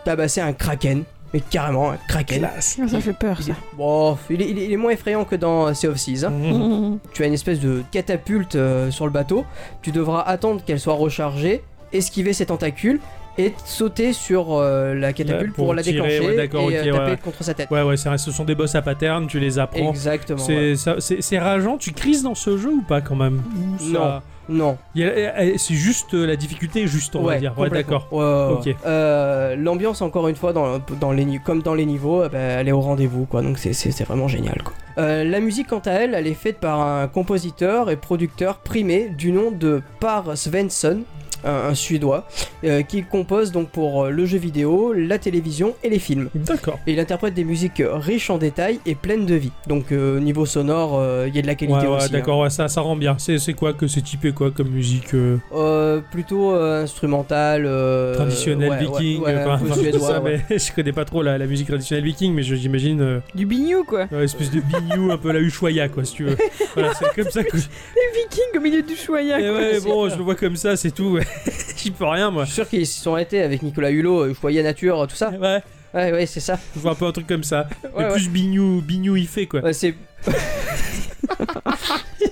A: tabasser un kraken. Mais carrément, un kraken.
B: Classe.
C: Ah, Ça fait peur ça.
A: Bon, il est, il est- il est moins effrayant que dans Sea of Thieves. hein.
B: Mhm.
A: Tu as une espèce de catapulte euh, sur le bateau. Tu devras attendre qu'elle soit rechargée, esquiver ses tentacules et sauter sur euh, la catapulte
B: Là,
A: pour,
B: pour
A: la
B: tirer,
A: déclencher
B: ouais, d'accord,
A: et euh,
B: ok, ouais,
A: taper
B: ouais.
A: contre sa tête.
B: Ouais, ouais, c'est vrai, ce sont des boss à pattern, tu les apprends.
A: Exactement. ouais.
B: C'est ça- c'est- c'est rageant, tu crises dans ce jeu ou pas quand même Ou ça-
A: Non. Non.
B: Il y a- eh, eh, C'est juste euh, la difficulté est juste, on va
A: Ouais,
B: dire. Ouais,
A: complètement.
B: d'accord.
A: Ouais, ouais, ouais.
B: Ok.
A: Euh, L'ambiance, encore une fois, dans, dans les, ni- comme dans les niveaux, euh, bah, elle est au rendez-vous, quoi. Donc c'est- c'est c'est vraiment génial, quoi. Euh, la musique, quant à elle, elle est faite par un compositeur et producteur primé du nom de Par Svensson. un, un Suédois, euh, qu'il compose donc pour euh, le jeu vidéo, la télévision et les films.
B: D'accord.
A: Et il interprète des musiques euh, riches en détails et pleines de vie. Donc euh, niveau sonore, euh, il y a de la
B: Ouais,
A: qualité
B: ouais,
A: aussi. hein.
B: d'accord, ouais, ça, ça rend bien. C'est c'est quoi que c'est typé quoi comme musique euh,
A: Euh, plutôt euh, instrumental, euh,
B: traditionnelle
A: ouais,
B: viking
A: ouais, ouais,
B: euh,
A: un
B: enfin,
A: peu
B: tout
A: suédois,
B: ça,
A: ouais.
B: mais Je connais pas trop la, la musique traditionnelle viking, mais je- j'imagine euh,
C: Du bignou, quoi.
B: une espèce de bignou un peu la ushuaïa, quoi, si tu veux. Voilà, c'est comme ça que.
C: Les vikings au milieu du choya,
B: Eh
C: quoi.
B: ouais,
A: c'est
B: bon,
A: clair.
B: je le vois comme ça, c'est tout. ouais. J'y peux rien, moi.
A: Je suis sûr qu'ils s'y sont arrêtés avec Nicolas Hulot, euh, Choya Nature, tout ça.
B: Ouais,
A: Ouais, ouais, c'est ça.
B: je vois un peu un truc comme ça.
A: Ouais,
B: mais plus bignou, bignou il fait, quoi.
A: Ouais, c'est.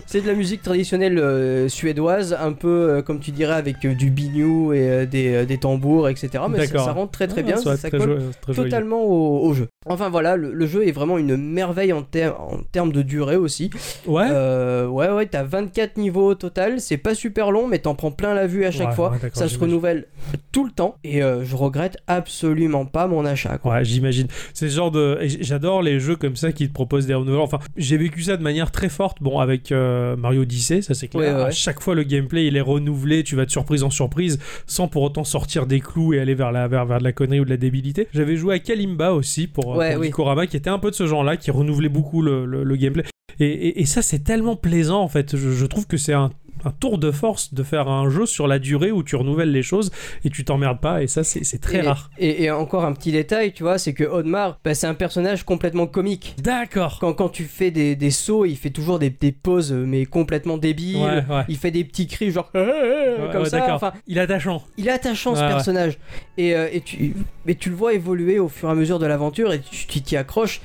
A: c'est de la musique traditionnelle euh, suédoise, un peu euh, comme tu dirais avec euh, du biniou et euh, des, euh, des tambours, etc. Mais ça,
B: D'accord.
A: ça rentre très très
B: Ah,
A: bien,
B: ça va
A: ça,
B: être très
A: colle
B: joli, très joli.
A: totalement au, au jeu. Enfin voilà, le, le jeu est vraiment une merveille en, ter- en termes de durée aussi.
B: Ouais.
A: Euh, ouais, ouais, t'as 24 niveaux au total, c'est pas super long, mais t'en prends plein la vue à chaque
B: Ouais,
A: fois.
B: ouais, d'accord,
A: ça se
B: j'imagine.
A: renouvelle tout le temps et euh, je regrette absolument pas mon achat. Quoi.
B: Ouais, j'imagine. C'est ce genre de. et j- J'adore les jeux comme ça qui te proposent des renouvellements. Enfin, j'ai vécu ça de manière très forte. Bon, avec euh, Mario Odyssey, ça c'est clair.
A: Ouais, ouais,
B: À
A: ouais.
B: chaque fois, le gameplay il est renouvelé. Tu vas de surprise en surprise sans pour autant sortir des clous et aller vers, la, vers, vers de la connerie ou de la débilité. J'avais joué à Kalimba aussi pour, euh,
A: Ouais,
B: pour
A: oui.
B: Gikorama, qui était un peu de ce genre-là, qui renouvelait beaucoup le, le- le gameplay. Et, et- et ça, c'est tellement plaisant en fait. Je, je trouve que c'est un, un tour de force de faire un jeu sur la durée où tu renouvelles les choses et tu t'emmerdes pas. Et ça, c'est c'est très
A: et,
B: rare.
A: Et, et encore un petit détail, tu vois, c'est que Odmar, bah, c'est un personnage complètement comique.
B: D'accord.
A: Quand, quand tu fais des, des sauts, il fait toujours des, des pauses, euh, mais complètement débiles.
B: Ouais, ouais.
A: Il fait des petits cris, genre comme
B: ouais,
A: ça.
B: d'accord.
A: Enfin,
B: Il est attachant.
A: il est attachant
B: Ouais,
A: ce
B: ouais.
A: personnage. Et, euh, et tu, mais tu le vois évoluer au fur et à mesure de l'aventure et tu tu t'y accroches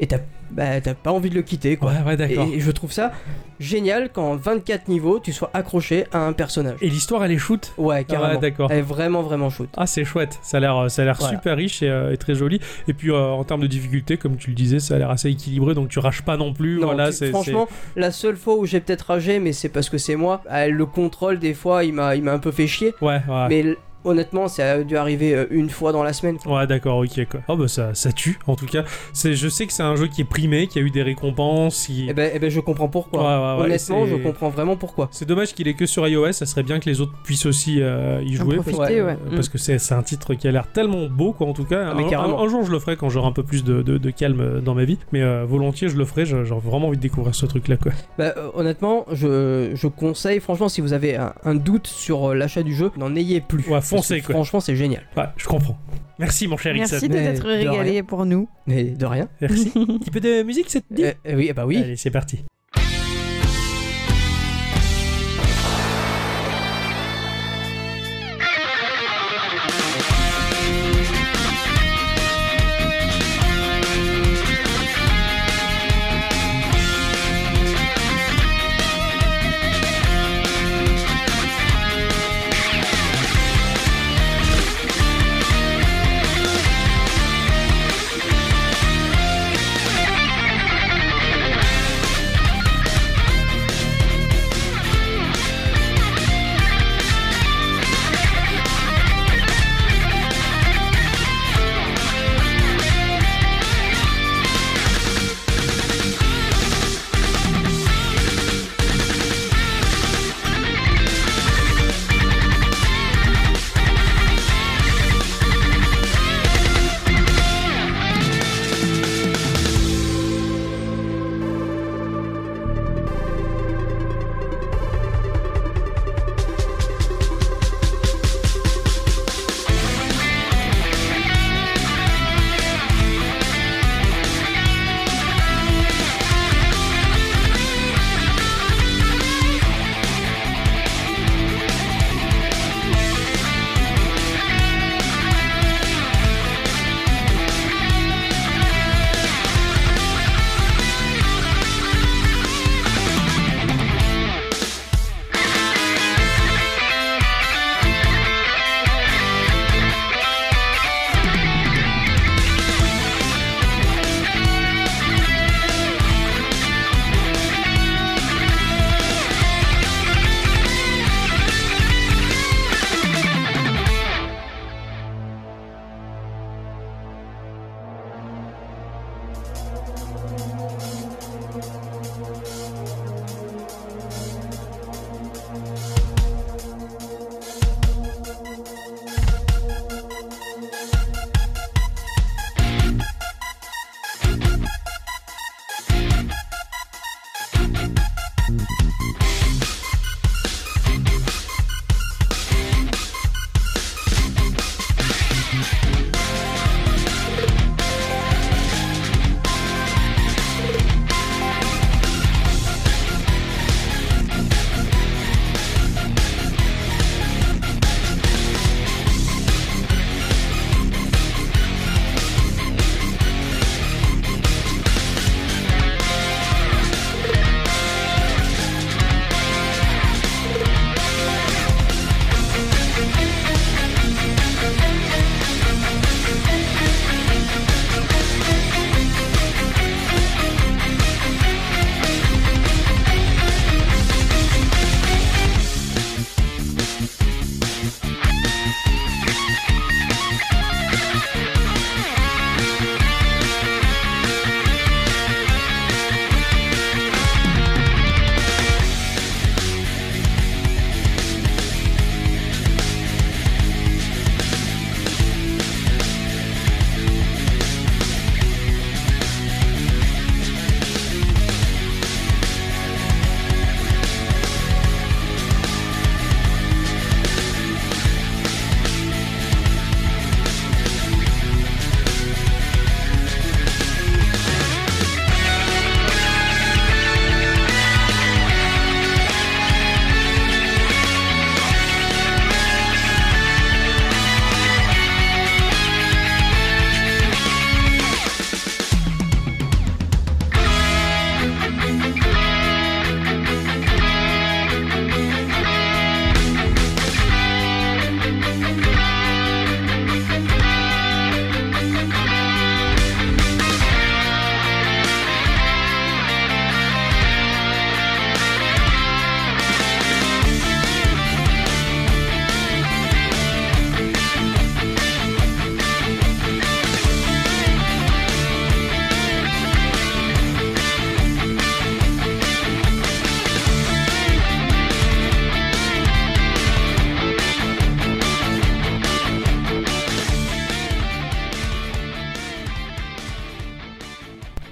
A: et t'as bah, t'as pas envie de le quitter, quoi.
B: Ouais, ouais, d'accord.
A: Et, et je trouve ça génial qu'en 24 niveaux, tu sois accroché à un personnage.
B: Et, l'histoire, elle est shoot
A: Ouais,
B: Ah, ouais,
A: carrément.
B: d'accord.
A: Elle est vraiment, vraiment chaude.
B: Ah, c'est chouette. Ça a l'air, ça a l'air
A: Voilà.
B: super riche et, euh, et très joli. Et puis, euh, en termes de difficulté, comme tu le disais, ça a l'air assez équilibré, donc tu raches pas non plus.
A: Non,
B: voilà,
A: tu-
B: c'est,
A: franchement, la seule fois où j'ai peut-être ragé, mais c'est parce que c'est moi, euh, le contrôle des fois, il m'a il m'a un peu fait chier.
B: c'est- Ouais, ouais.
A: Mais l- honnêtement, ça a dû arriver euh, une fois dans la semaine.
B: Ouais, d'accord, ok, quoi. Oh, bah, ça, ça tue, en tout cas. C'est, je sais que c'est un jeu qui est primé, qui a eu des récompenses. qui-
A: Et ben, eh ben je comprends pourquoi.
B: Ouais, ouais, ouais,
A: honnêtement,
B: c'est-
A: je comprends vraiment pourquoi.
B: C'est dommage qu'il est que sur iOS, ça serait bien que les autres puissent aussi euh, y
C: En
B: jouer.
C: profiter,
B: parce, que-
C: ouais.
B: Euh,
C: Mm.
B: parce que c'est c'est un titre qui a l'air tellement beau, quoi, en tout cas.
A: Ah, mais
B: un,
A: carrément.
B: un- un jour, je le ferai quand j'aurai un peu plus de, de- de calme euh, dans ma vie. Mais euh, volontiers, je le ferai. J'ai j'ai vraiment envie de découvrir ce truc-là, quoi.
A: Bah, euh, honnêtement, je, je conseille, franchement, si vous avez un, un doute sur euh, l'achat du jeu, n'en ayez plus.
B: Ouais, foncez,
A: Parce que
B: quoi.
A: Franchement, c'est génial.
B: Ouais, je comprends. Merci, mon cher
C: Merci
B: Ixon.
C: de
A: Mais
C: t'être
A: de rien.
C: régalé pour nous.
A: Mais de rien.
B: Merci. Un petit peu de musique, cette dit
A: Eh, eh oui, eh bah oui.
B: Allez, c'est parti.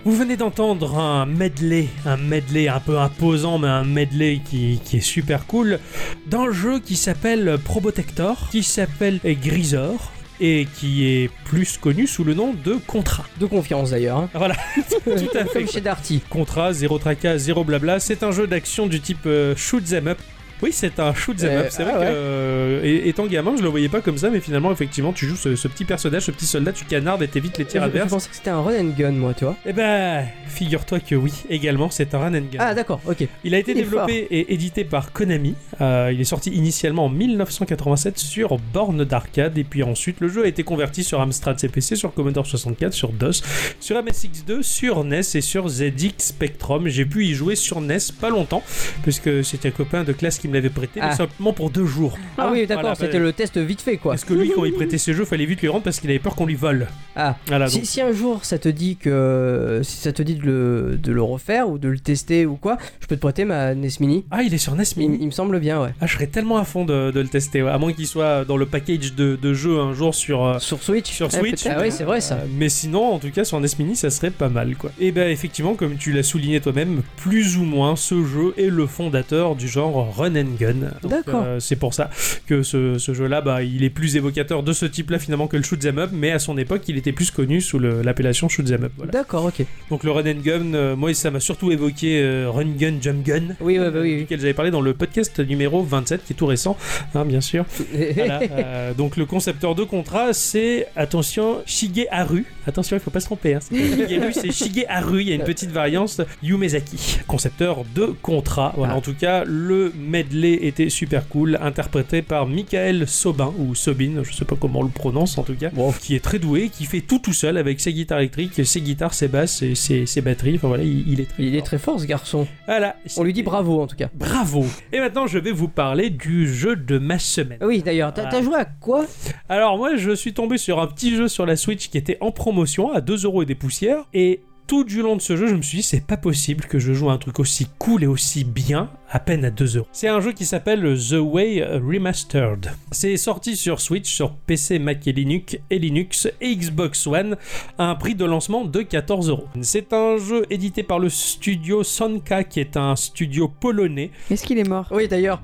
B: Vous venez d'entendre un medley, un medley un peu imposant, mais un medley qui, qui est super cool, d'un jeu qui s'appelle Probotector, qui s'appelle Grisor, et qui est plus connu sous le nom de Contra.
A: De confiance d'ailleurs. hein.
B: Voilà, tout à fait.
A: Comme chez Darty.
B: Contra, zéro tracas, zéro blabla, c'est un jeu d'action du type euh, shoot 'em up. Oui, c'est un shoot 'em
A: Euh,
B: up. C'est
A: ah
B: vrai
A: ouais.
B: que, euh, et- étant gamin, je le voyais pas comme ça, mais finalement, effectivement, tu joues ce, ce petit personnage, ce petit soldat, tu canardes et t'évites les
A: Je,
B: tirs
A: je
B: adverses.
A: pensais que c'était un run and gun, moi, tu vois.
B: Eh ben, figure-toi que oui, également, c'est un run and gun.
A: Ah, d'accord, ok.
B: Il a été
C: Il est
B: développé et édité par Konami. Euh, il est sorti initialement en 1987 sur borne d'arcade et puis ensuite le jeu a été converti sur Amstrad CPC, sur Commodore 64, sur DOS, sur MSX2, sur NES et sur ZX Spectrum. J'ai pu y jouer sur NES pas longtemps puisque c'était un copain de classe qui me l'avait prêté mais
A: Ah.
B: simplement pour deux jours.
A: Ah oui,
B: Voilà,
A: d'accord,
B: bah,
A: c'était le test vite fait, quoi.
B: Parce que lui quand il prêtait ses jeux fallait vite lui rendre parce qu'il avait peur qu'on lui vole.
A: Ah,
B: Voilà, donc
A: Si, si un jour ça te dit que si ça te dit de le, de le refaire ou de le tester ou quoi, je peux te prêter ma NES Mini.
B: ah, il est sur NES
A: Il,
B: Mini.
A: il me semble bien, ouais.
B: Ah, je serais tellement à fond de, de le tester, ouais. à moins qu'il soit dans le package de, de jeux un jour sur, euh,
A: Sur Switch.
B: sur
C: Ah,
B: Switch.
C: peut-être.
A: Ah oui, c'est vrai ça.
B: Euh, mais sinon, en tout cas, sur NES Mini, ça serait pas mal, quoi. Et ben, effectivement, comme tu l'as souligné toi-même, plus ou moins, ce jeu est le fondateur du genre run and gun. Donc,
A: D'accord.
B: euh, c'est pour ça que ce, ce jeu-là, bah, il est plus évocateur de ce type-là finalement que le shoot 'em up, mais à son époque, il était plus connu sous le- l'appellation shoot 'em up. voilà.
A: D'accord, ok.
B: Donc le run and gun, euh, moi, ça m'a surtout évoqué euh, run gun, jump gun.
A: Oui, ouais, bah
B: euh,
A: oui,
B: duquel j'avais parlé dans le podcast numéro 27 qui est tout récent, hein, bien sûr.
A: oui.
B: Voilà, euh, donc le concepteur de contrat, c'est attention Shigeharu. Attention, il faut pas se tromper. Hein, c'est pas Shigeharu, c'est Shigeharu. Il y a une petite variance. Yumezaki, concepteur de contrat. Voilà,
A: Ah.
B: En tout cas, le medley était super cool, interprété par Michael Sobin ou Sobin, je sais pas comment on le prononce en tout cas.
A: Bon.
B: Qui est très doué, qui fait tout tout seul avec ses guitares électriques, ses guitares, ses basses, et ses, ses batteries. Enfin voilà, il, il est très.
A: Il est
B: fort.
A: très fort ce garçon.
B: Voilà.
A: On lui dit bravo en tout cas.
B: Bravo. Et maintenant, je vais vous parler du jeu de ma semaine.
A: Ah Oui, d'ailleurs, t'as
B: Ah.
A: t'as joué à quoi
B: Alors moi je suis tombé sur un petit jeu sur la Switch qui était en promotion à 2 euros et des poussières et tout du long de ce jeu je me suis dit c'est pas possible que je joue à un truc aussi cool et aussi bien à peine à 2 euros. C'est un jeu qui s'appelle The Way Remastered. C'est sorti sur Switch, sur PC, Mac et Linux et Linux et Xbox One à un prix de lancement de 14 euros. C'est un jeu édité par le studio Sonka qui est un studio polonais.
C: Est-ce qu'il est mort
A: Oui, d'ailleurs.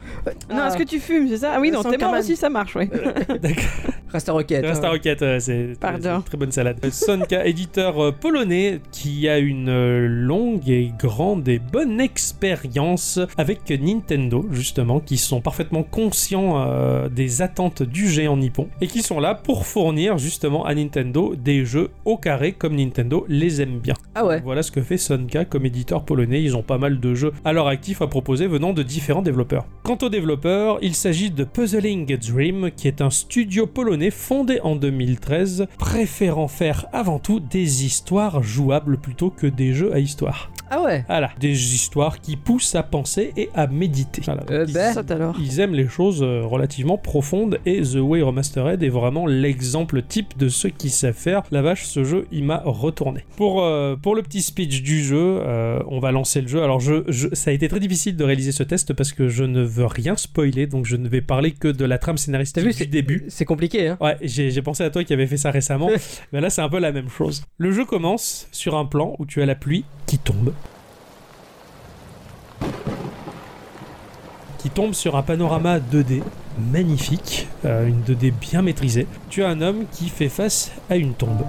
A: Ah.
C: Non, est-ce que tu fumes, c'est ça Ah oui, non,
A: Vincent
C: t'es mort
A: Kaman.
C: aussi, ça marche, ouais.
B: D'accord.
A: Rasta Rocket.
B: Rasta
A: hein.
B: Rocket, ouais, c'est
C: Pardon.
B: c'est une très bonne salade. Euh, Sonka, éditeur euh, polonais, qui a une euh, longue et grande et bonne expérience avec Nintendo, justement, qui sont parfaitement conscients euh, des attentes du géant nippon et qui sont là pour fournir justement à Nintendo des jeux au carré comme Nintendo les aime bien.
A: Ah ouais.
B: Voilà ce que fait Sonka comme éditeur polonais. Ils ont pas mal de jeux à leur actif à proposer venant de différents développeurs. Quant aux développeurs, il s'agit de Puzzling Dream, qui est un studio polonais fondé en 2013, préférant faire avant tout des histoires jouables plutôt que des jeux à histoire.
A: Ah ouais.
B: Voilà, des histoires qui poussent à penser et à méditer. Voilà.
A: Euh,
B: Ils-
A: ben.
C: Saute alors.
B: ils aiment les choses euh, relativement profondes et The Way Remastered est vraiment l'exemple type de ceux qui savent faire. La vache, ce jeu, il m'a retourné. Pour, euh, pour le petit speech du jeu, euh, on va lancer le jeu. Alors, je, je- ça a été très difficile de réaliser ce test parce que je ne veux rien spoiler, donc je ne vais parler que de la trame scénaristique
A: T'as vu,
B: du
A: c'est
B: début.
A: C'est compliqué, hein.
B: Ouais, j'ai j'ai pensé à toi qui avait fait ça récemment. mais là, c'est un peu la même chose. Le jeu commence sur un plan où tu as la pluie qui tombe. Qui tombe sur un panorama 2D magnifique, euh, une 2D bien maîtrisée. Tu as un homme qui fait face à une tombe.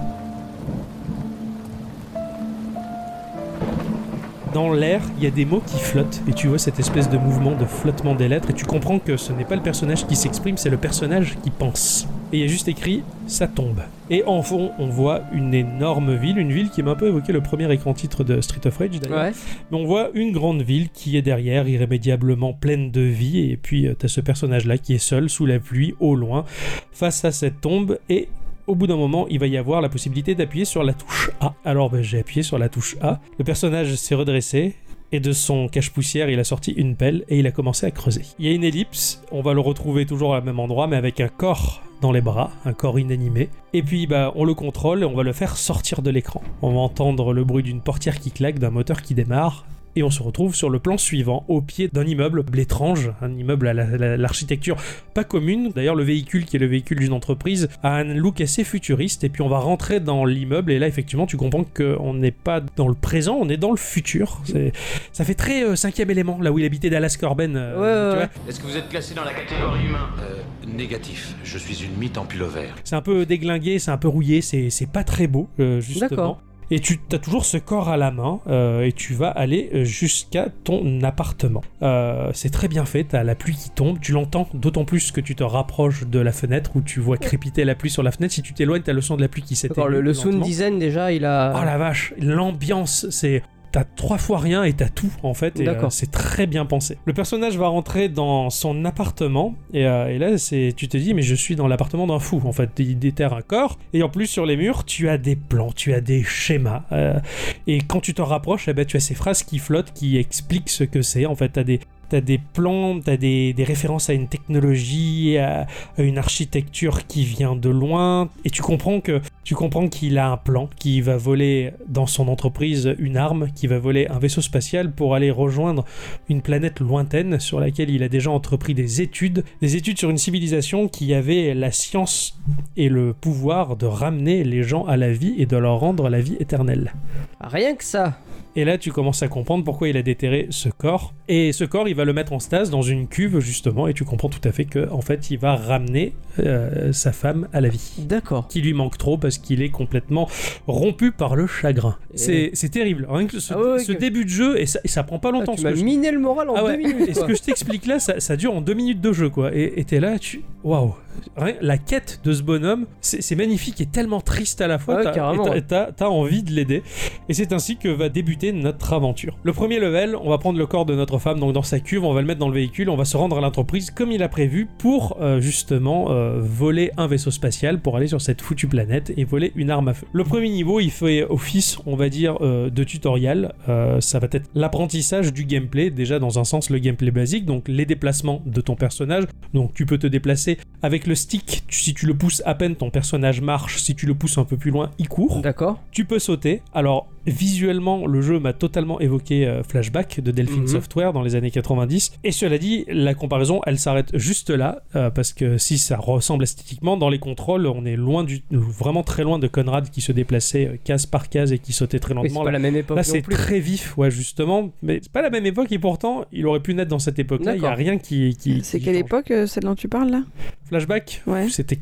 B: Dans l'air, il y a des mots qui flottent et tu vois cette espèce de mouvement de flottement des lettres et tu comprends que ce n'est pas le personnage qui s'exprime, c'est le personnage qui pense. Et il y a juste écrit ça tombe. Et en fond, on voit une énorme ville, une ville qui m'a un peu évoqué le premier écran titre de Street of Rage d'ailleurs.
A: Ouais.
B: Mais on voit une grande ville qui est derrière, irrémédiablement pleine de vie, et puis euh, t'as ce personnage-là qui est seul, sous la pluie, au loin, face à cette tombe, et au bout d'un moment, il va y avoir la possibilité d'appuyer sur la touche A. Alors ben, j'ai appuyé sur la touche A, le personnage s'est redressé, et de son cache-poussière, il a sorti une pelle et il a commencé à creuser. Il y a une ellipse, on va le retrouver toujours au même endroit, mais avec un corps dans les bras, un corps inanimé. Et puis, bah, on le contrôle et on va le faire sortir de l'écran. On va entendre le bruit d'une portière qui claque, d'un moteur qui démarre. Et on se retrouve sur le plan suivant, au pied d'un immeuble étrange, un immeuble à la- la- l'architecture pas commune. D'ailleurs, le véhicule qui est le véhicule d'une entreprise a un look assez futuriste. Et puis on va rentrer dans l'immeuble et là, effectivement, tu comprends qu'on n'est pas dans le présent, on est dans le futur. C'est- Ça fait très euh, cinquième élément, là où il habitait Dallas Corben. euh,
C: Ouais, ouais,
B: tu vois.
C: ouais.
D: Est-ce que vous êtes classé dans la catégorie humain
E: Euh, négatif, je suis une mythe en pilover.
B: C'est un peu déglingué, c'est un peu rouillé, c'est c'est pas très beau, euh, justement.
C: D'accord.
B: Et tu as toujours ce corps à la main euh, et tu vas aller euh, jusqu'à ton appartement. Euh, c'est très bien fait, t'as la pluie qui tombe, tu l'entends, d'autant plus que tu te rapproches de la fenêtre où tu vois crépiter la pluie sur la fenêtre. Si tu t'éloignes, t'as le son de la pluie qui s'éteint.
A: D'accord, le, le sound
B: lentement.
A: design déjà, il a.
B: Oh la vache, l'ambiance, c'est. T'as trois fois rien et t'as tout en fait. et,
A: D'accord.
B: euh, c'est très bien pensé. Le personnage va rentrer dans son appartement et, euh, et là c'est, tu te dis mais je suis dans l'appartement d'un fou en fait. Il déterre un corps et en plus sur les murs tu as des plans, tu as des schémas euh, et quand tu te rapproches eh ben, tu as ces phrases qui flottent qui expliquent ce que c'est en fait. T'as des T'as des plans, t'as des, des références à une technologie, à, à une architecture qui vient de loin, et tu comprends que tu comprends qu'il a un plan, qu'il va voler dans son entreprise une arme, qu'il va voler un vaisseau spatial pour aller rejoindre une planète lointaine sur laquelle il a déjà entrepris des études, des études sur une civilisation qui avait la science et le pouvoir de ramener les gens à la vie et de leur rendre la vie éternelle.
A: Rien que ça.
B: Et là, tu commences à comprendre pourquoi il a déterré ce corps. Et ce corps, il va le mettre en stase dans une cuve, justement, et tu comprends tout à fait que, en fait, il va ramener euh, sa femme à la vie
A: D'accord.
B: qui lui manque trop parce qu'il est complètement rompu par le chagrin.
A: Et-
B: C'est c'est terrible. Rien que ce,
A: Ah ouais, ouais,
B: ce
A: que-
B: début de jeu, et ça, et ça prend pas
A: Ah,
B: longtemps.
A: tu
B: ce
A: m'as
B: que je-
A: miné le moral en
B: Ah ouais.
A: deux minutes.
B: Et ce
A: quoi.
B: que je t'explique là, ça, ça dure en deux minutes de jeu, quoi. Et et t'es là, tu. Waouh! Rien- La quête de ce bonhomme, c'est c'est magnifique et tellement triste à la fois.
A: Ah ouais,
B: t'as-
A: carrément,
B: et t'as-
A: ouais.
B: et t'as t'as envie de l'aider. Et c'est ainsi que va débuter notre aventure. Le premier level, on va prendre le corps de notre femme, donc dans sa cuve, on va le mettre dans le véhicule, on va se rendre à l'entreprise comme il a prévu pour euh, justement euh, voler un vaisseau spatial pour aller sur cette foutue planète et voler une arme à feu. Le premier niveau, il fait office, on va dire, euh, de tutoriel. Euh, ça va être l'apprentissage du gameplay, déjà dans un sens le gameplay basique, donc les déplacements de ton personnage. Donc tu peux te déplacer avec le stick, tu- si tu le pousses à peine, ton personnage marche, si tu le pousses un peu plus loin, il court.
A: D'accord.
B: Tu peux sauter. Alors, visuellement, le jeu m'a totalement évoqué euh, Flashback de Delphine
A: Mhm.
B: Software dans les années 90. Et cela dit, la comparaison, elle s'arrête juste là, euh, parce que si ça ressemble esthétiquement, dans les contrôles, on est loin du, vraiment très loin de Conrad qui se déplaçait euh, case par case et qui sautait très
A: Mais c'est
B: lentement.
A: pas la
B: Là-
A: même époque
B: Là,
A: non
B: c'est
A: plus.
B: très vif, ouais, justement. Mais c'est pas la même époque, et pourtant, il aurait pu naître dans cette époque-là. Il n'y a
A: D'accord.
B: rien qui. qui
C: C'est
B: qui
C: quelle
B: change.
C: époque, euh, celle dont tu parles là
B: Flashback
C: Ouais.
B: C'était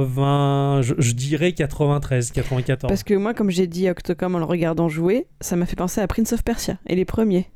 B: 80. Je, je dirais 93, 94.
C: Parce que moi, comme j'ai dit Octocom en le regardant jouer, ça m'a fait penser à Prince of Persia et les premiers.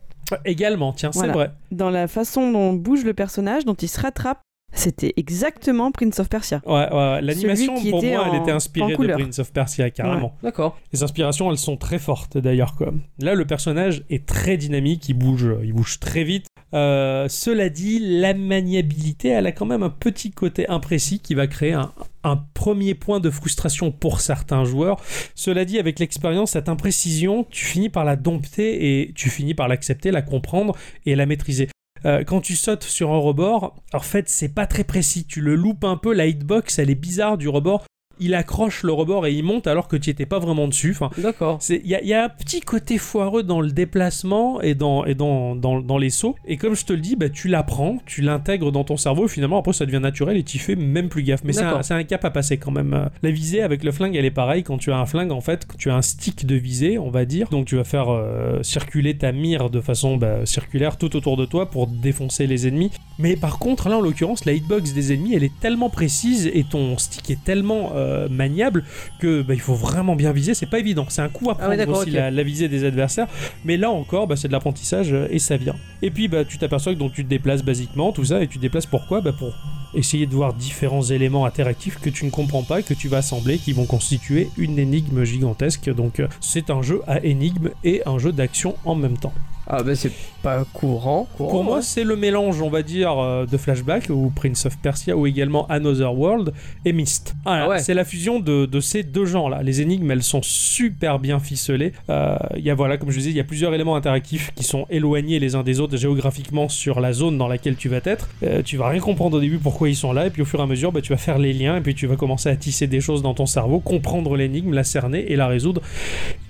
B: Également, tiens, c'est
C: Voilà.
B: vrai.
C: Dans la façon dont bouge le personnage, dont il se rattrape, c'était exactement Prince of Persia.
B: Ouais, ouais, ouais. l'animation
C: Celui qui
B: pour
C: était
B: moi, elle
C: en-
B: était
C: en
B: inspirée de
C: couleur.
B: Prince of Persia carrément.
A: D'accord.
B: Les inspirations, elles sont très fortes d'ailleurs quoi. Là, le personnage est très dynamique, il bouge, il bouge très vite. Euh, cela dit, la maniabilité, elle a quand même un petit côté imprécis qui va créer un, un premier point de frustration pour certains joueurs. Cela dit, avec l'expérience, cette imprécision, tu finis par la dompter et tu finis par l'accepter, la comprendre et la maîtriser. Euh, quand tu sautes sur un rebord, en fait, c'est pas très précis. Tu le loupes un peu, la hitbox, elle est bizarre du rebord. Il accroche le rebord et il monte alors que tu étais pas vraiment dessus. Enfin,
A: D'accord.
B: c'est- Il y, a- il y a un petit côté foireux dans le déplacement et dans, et dans, dans, dans les sauts. Et comme je te le dis, bah, tu l'apprends, tu l'intègres dans ton cerveau. Et finalement, après, ça devient naturel et tu fais même plus gaffe. Mais c'est un,
A: D'accord.
B: c'est un cap à passer quand même. Euh, La visée avec le flingue, elle est pareille. Quand tu as un flingue, en fait, quand tu as un stick de visée, on va dire. Donc tu vas faire euh, circuler ta mire de façon bah, circulaire tout autour de toi pour défoncer les ennemis. Mais par contre, là, en l'occurrence, la hitbox des ennemis, elle est tellement précise et ton stick est tellement euh, maniable que bah, il faut vraiment bien viser. C'est pas évident. C'est un coup
A: Ah
B: à
A: ouais,
B: prendre
A: d'accord,
B: aussi
A: ok.
B: la, la visée des adversaires. Mais là encore, bah, c'est de l'apprentissage euh, et ça vient. Et puis, bah, tu t'aperçois que donc, tu te déplaces basiquement, tout ça, et tu te déplaces pourquoi bah, Pour essayer de voir différents éléments interactifs que tu ne comprends pas, que tu vas assembler, qui vont constituer une énigme gigantesque. Donc, euh, c'est un jeu à énigme et un jeu d'action en même temps.
A: Ah bah c'est pas courant. courant hein.
B: Pour moi,
A: ouais.
B: c'est le mélange, on va dire, euh, de Flashback ou Prince of Persia ou également Another World et Myst. Voilà,
A: Ah ouais.
B: C'est la fusion de, de ces deux genres-là. Les énigmes, elles sont super bien ficelées. Euh, Il y a, voilà, comme je disais, il y a plusieurs éléments interactifs qui sont éloignés les uns des autres géographiquement sur la zone dans laquelle tu vas être. Euh, tu vas rien comprendre au début pourquoi ils sont là, et puis au fur et à mesure, bah, tu vas faire les liens, et puis tu vas commencer à tisser des choses dans ton cerveau, comprendre l'énigme, la cerner et la résoudre.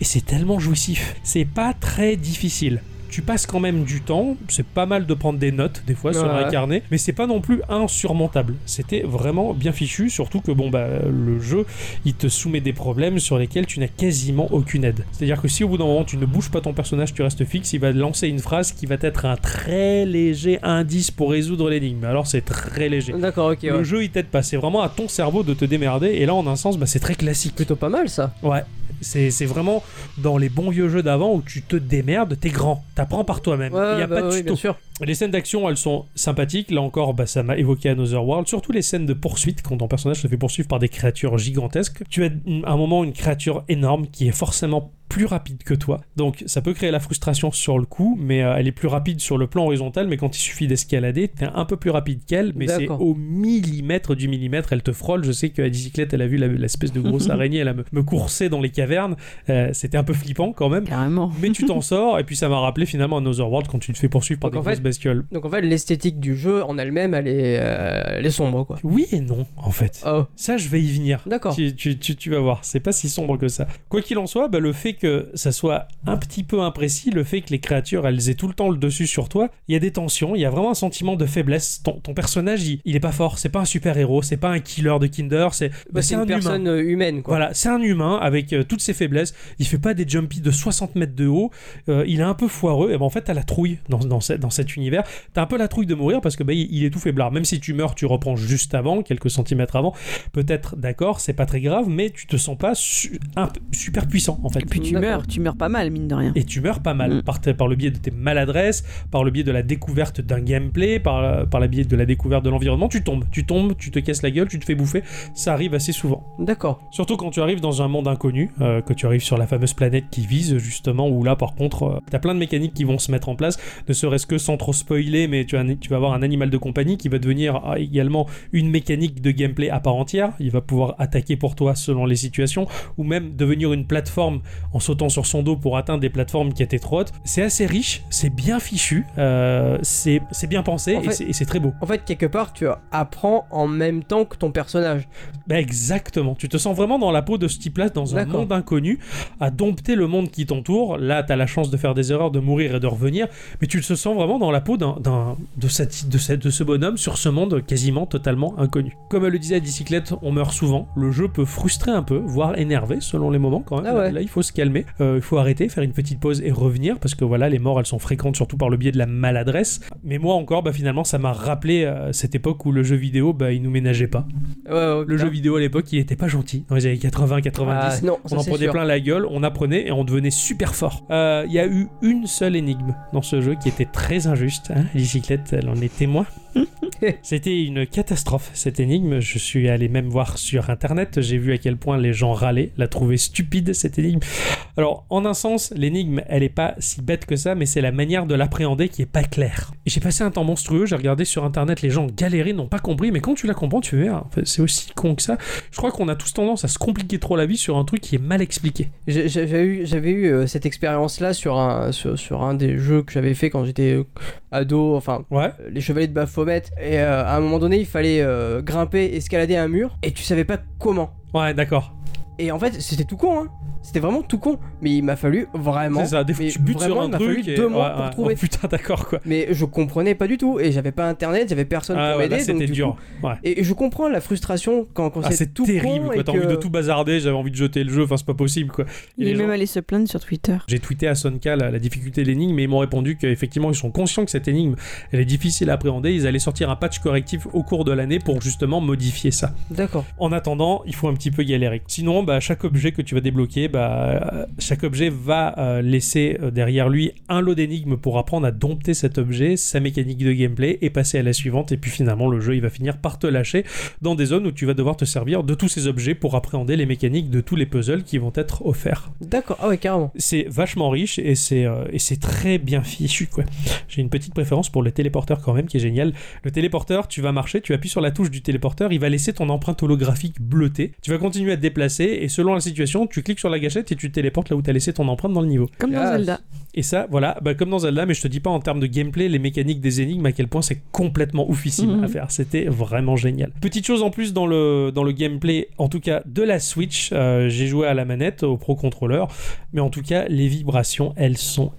B: et c'est tellement jouissif. C'est pas très difficile. Tu passes quand même du temps, c'est pas mal de prendre des notes des fois sur
A: Ouais.
B: un carnet, mais c'est pas non plus insurmontable. C'était vraiment bien fichu, surtout que bon bah le jeu il te soumet des problèmes sur lesquels tu n'as quasiment aucune aide. C'est-à-dire que si au bout d'un moment tu ne bouges pas ton personnage, tu restes fixe, il va lancer une phrase qui va être un très léger indice pour résoudre l'énigme. Alors c'est très léger.
A: hein. D'accord, ok,
B: Le
A: ouais.
B: jeu il t'aide pas, c'est vraiment à ton cerveau de te démerder et là en un sens bah, c'est très classique.
A: Plutôt pas mal ça.
B: Ouais, c'est c'est vraiment dans les bons vieux jeux d'avant où tu te démerdes, t'es grand, t'apprends par toi-même. Il n'y a pas
A: bah,
B: de
A: oui,
B: tuto.
A: bien sûr.
B: les scènes d'action, elles sont sympathiques. Là encore, bah, ça m'a évoqué Another World. Surtout les scènes de poursuite, quand ton personnage se fait poursuivre par des créatures gigantesques. Tu as mm, à un moment une créature énorme qui est forcément plus rapide que toi. Donc ça peut créer la frustration sur le coup, mais euh, elle est plus rapide sur le plan horizontal. Mais quand il suffit d'escalader, t'es un peu plus rapide qu'elle, mais c'est
A: D'accord.
B: au millimètre du millimètre. Elle te frôle. Je sais qu'à bicyclette, elle a vu la- l'espèce de grosse araignée. Elle a me, me coursé dans les cavernes. Euh, C'était un peu flippant quand même.
C: Carrément.
B: Mais tu t'en sors, et puis ça m'a rappelé finalement Another World quand tu te fais poursuivre par
A: Donc, en
B: des
A: fait,
B: grosses bestioles.
A: Donc en fait, l'esthétique du jeu en elle-même, elle est, euh, elle est sombre quoi.
B: Oui et non, en fait.
A: Oh,
B: Ça, je vais y venir.
A: d'accord.
B: Tu, tu- tu- tu vas voir, c'est pas si sombre que ça. Quoi qu'il en soit, bah, le fait que ça soit un petit peu imprécis, le fait que les créatures elles aient tout le temps le dessus sur toi, il y a des tensions, il y a vraiment un sentiment de faiblesse. Ton, ton personnage, il, il est pas fort, c'est pas un super héros, c'est pas un killer de Kinder, c'est bah,
A: Bah, c'est
B: c'est
A: une
B: un humain.
A: personne euh, humaine quoi.
B: Voilà, c'est un humain avec euh, toutes ses faiblesses. Il fait pas des jumpies de 60 mètres de haut. Euh, il est un peu foireux. Et ben en fait, t'as la trouille dans, dans, ce- dans cet univers. T'as un peu la trouille de mourir parce que ben, il, il est tout faiblard. Même si tu meurs, tu reprends juste avant, quelques centimètres avant. Peut-être, d'accord, c'est pas très grave, mais tu te sens pas su- un peu- super puissant en fait.
C: Et puis tu
A: D'accord.
C: meurs, tu meurs pas mal, mine de rien.
B: Et tu meurs pas mal
C: Mm.
B: par, ta- par le biais de tes maladresses, par le biais de la découverte d'un gameplay, par, par le biais de la découverte de l'environnement. Tu tombes, tu tombes, tu te casses la gueule, tu te fais bouffer. Ça arrive assez souvent.
A: D'accord.
B: Surtout quand tu arrives dans un monde inconnu, euh, que tu arrives sur la fameuse planète qui vise, justement, où là, par contre, euh, t'as plein de mécaniques qui vont se mettre en place, ne serait-ce que sans trop spoiler, mais tu, as un- tu vas avoir un animal de compagnie qui va devenir ah, également une mécanique de gameplay à part entière. Il va pouvoir attaquer pour toi selon les situations, ou même devenir une plateforme en sautant sur son dos pour atteindre des plateformes qui étaient trop hautes. C'est assez riche, c'est bien fichu, euh, c'est c'est bien pensé
A: En
B: et
A: fait-
B: c'est- et c'est très beau.
A: En fait, quelque part, tu apprends en même temps que ton personnage.
B: Bah exactement, tu te sens vraiment dans la peau de ce type-là, dans un
A: D'accord.
B: monde inconnu, à dompter le monde qui t'entoure. Là, t'as la chance de faire des erreurs, de mourir et de revenir, mais tu te sens vraiment dans la peau d'un, d'un- de, cette, de, cette- de ce bonhomme sur ce monde quasiment totalement inconnu. Comme elle le disait à bicyclette, on meurt souvent. Le jeu peut frustrer un peu, voire énerver selon les moments quand même.
A: Ah ouais.
B: Là, il faut se calmer, Euh, il faut arrêter, faire une petite pause et revenir parce que voilà, les morts, elles sont fréquentes surtout par le biais de la maladresse. Mais moi encore, bah finalement, ça m'a rappelé euh, cette époque où le jeu vidéo, bah, il nous ménageait pas.
A: Ouais, ouais,
B: Le
A: putain.
B: jeu vidéo à l'époque, il était pas gentil. Dans les années 80, 90,
A: Ah, non,
B: on en prenait plein la gueule, on apprenait et on devenait super fort. Euh, Il y a eu une seule énigme dans ce jeu qui était très injuste. Hein Bicyclette, elle en est témoin. C'était une catastrophe cette énigme. Je suis allé même voir sur internet. J'ai vu à quel point les gens râlaient, la trouvaient stupide cette énigme. Alors, en un sens, l'énigme, elle est pas si bête que ça, mais c'est la manière de l'appréhender qui est pas claire. Et J'ai passé un temps monstrueux, j'ai regardé sur internet les gens galérer, n'ont pas compris, mais quand tu la comprends, tu fais, ah, en fait, c'est aussi con que ça. Je crois qu'on a tous tendance à se compliquer trop la vie sur un truc qui est mal expliqué.
A: J'ai- j'ai- J'avais eu, j'avais eu euh, cette expérience-là sur un, sur, sur un des jeux que j'avais fait quand j'étais euh, ado, enfin
B: Ouais.
A: euh, les chevaliers de Baphomet. Et euh, à un moment donné, il fallait euh, grimper, escalader un mur, et tu savais pas comment.
B: Ouais, d'accord.
A: Et en fait, c'était tout con, hein. C'était vraiment tout con. Mais il m'a fallu vraiment.
B: C'est ça, des fois
A: mais
B: tu butes sur
A: vraiment,
B: un
A: il m'a
B: truc
A: fallu
B: et...
A: deux mois
B: ouais,
A: pour
B: ouais.
A: trouver.
B: Oh, putain, d'accord quoi.
A: Mais je comprenais pas du tout. Et j'avais pas internet, j'avais personne
B: Ah
A: pour
B: ouais, là,
A: m'aider. donc
B: c'était
A: du
B: dur. Ouais.
A: coup- Et je comprends la frustration quand, quand
B: Ah,
A: c'est
B: c'est
A: tout
B: terrible,
A: con.
B: quoi.
A: et
B: T'as envie
A: que-
B: de tout bazarder, j'avais envie de jeter le jeu, enfin, c'est pas possible, quoi. Et
C: Il
B: les
C: est
B: gens-
C: même allé se plaindre sur Twitter.
B: J'ai tweeté à Sonka la, la difficulté de l'énigme mais ils m'ont répondu qu'effectivement ils sont conscients que cette énigme elle est difficile à appréhender. Ils allaient sortir un patch correctif au cours de l'année pour justement modifier ça.
A: D'accord.
B: En attendant, il faut un petit peu galérer. Sinon, bah, chaque objet que tu vas débloquer, bah, euh, chaque objet va euh, laisser euh, derrière lui un lot d'énigmes pour apprendre à dompter cet objet, sa mécanique de gameplay et passer à la suivante. Et puis finalement, le jeu il va finir par te lâcher dans des zones où tu vas devoir te servir de tous ces objets pour appréhender les mécaniques de tous les puzzles qui vont être offerts.
A: D'accord. Ah ouais, carrément.
B: C'est vachement riche et c'est euh, et c'est très bien fichu quoi. J'ai une petite préférence pour le téléporteur quand même qui est génial. Le téléporteur, tu vas marcher, tu appuies sur la touche du téléporteur, il va laisser ton empreinte holographique bleutée. Tu vas continuer à te déplacer et selon la situation, tu cliques sur la la gâchette et tu te téléportes là où t'as laissé ton empreinte dans le niveau.
C: Comme dans
A: Yes.
C: Zelda.
B: Et ça, voilà, bah, comme dans Zelda, mais je te dis pas en termes de gameplay, les mécaniques des énigmes, à quel point c'est complètement oufissime
C: Mhm.
B: à faire. C'était vraiment génial. Petite chose en plus dans le, dans le gameplay, en tout cas de la Switch, euh, j'ai joué à la manette, au Pro Controller, mais en tout cas, les vibrations, elles sont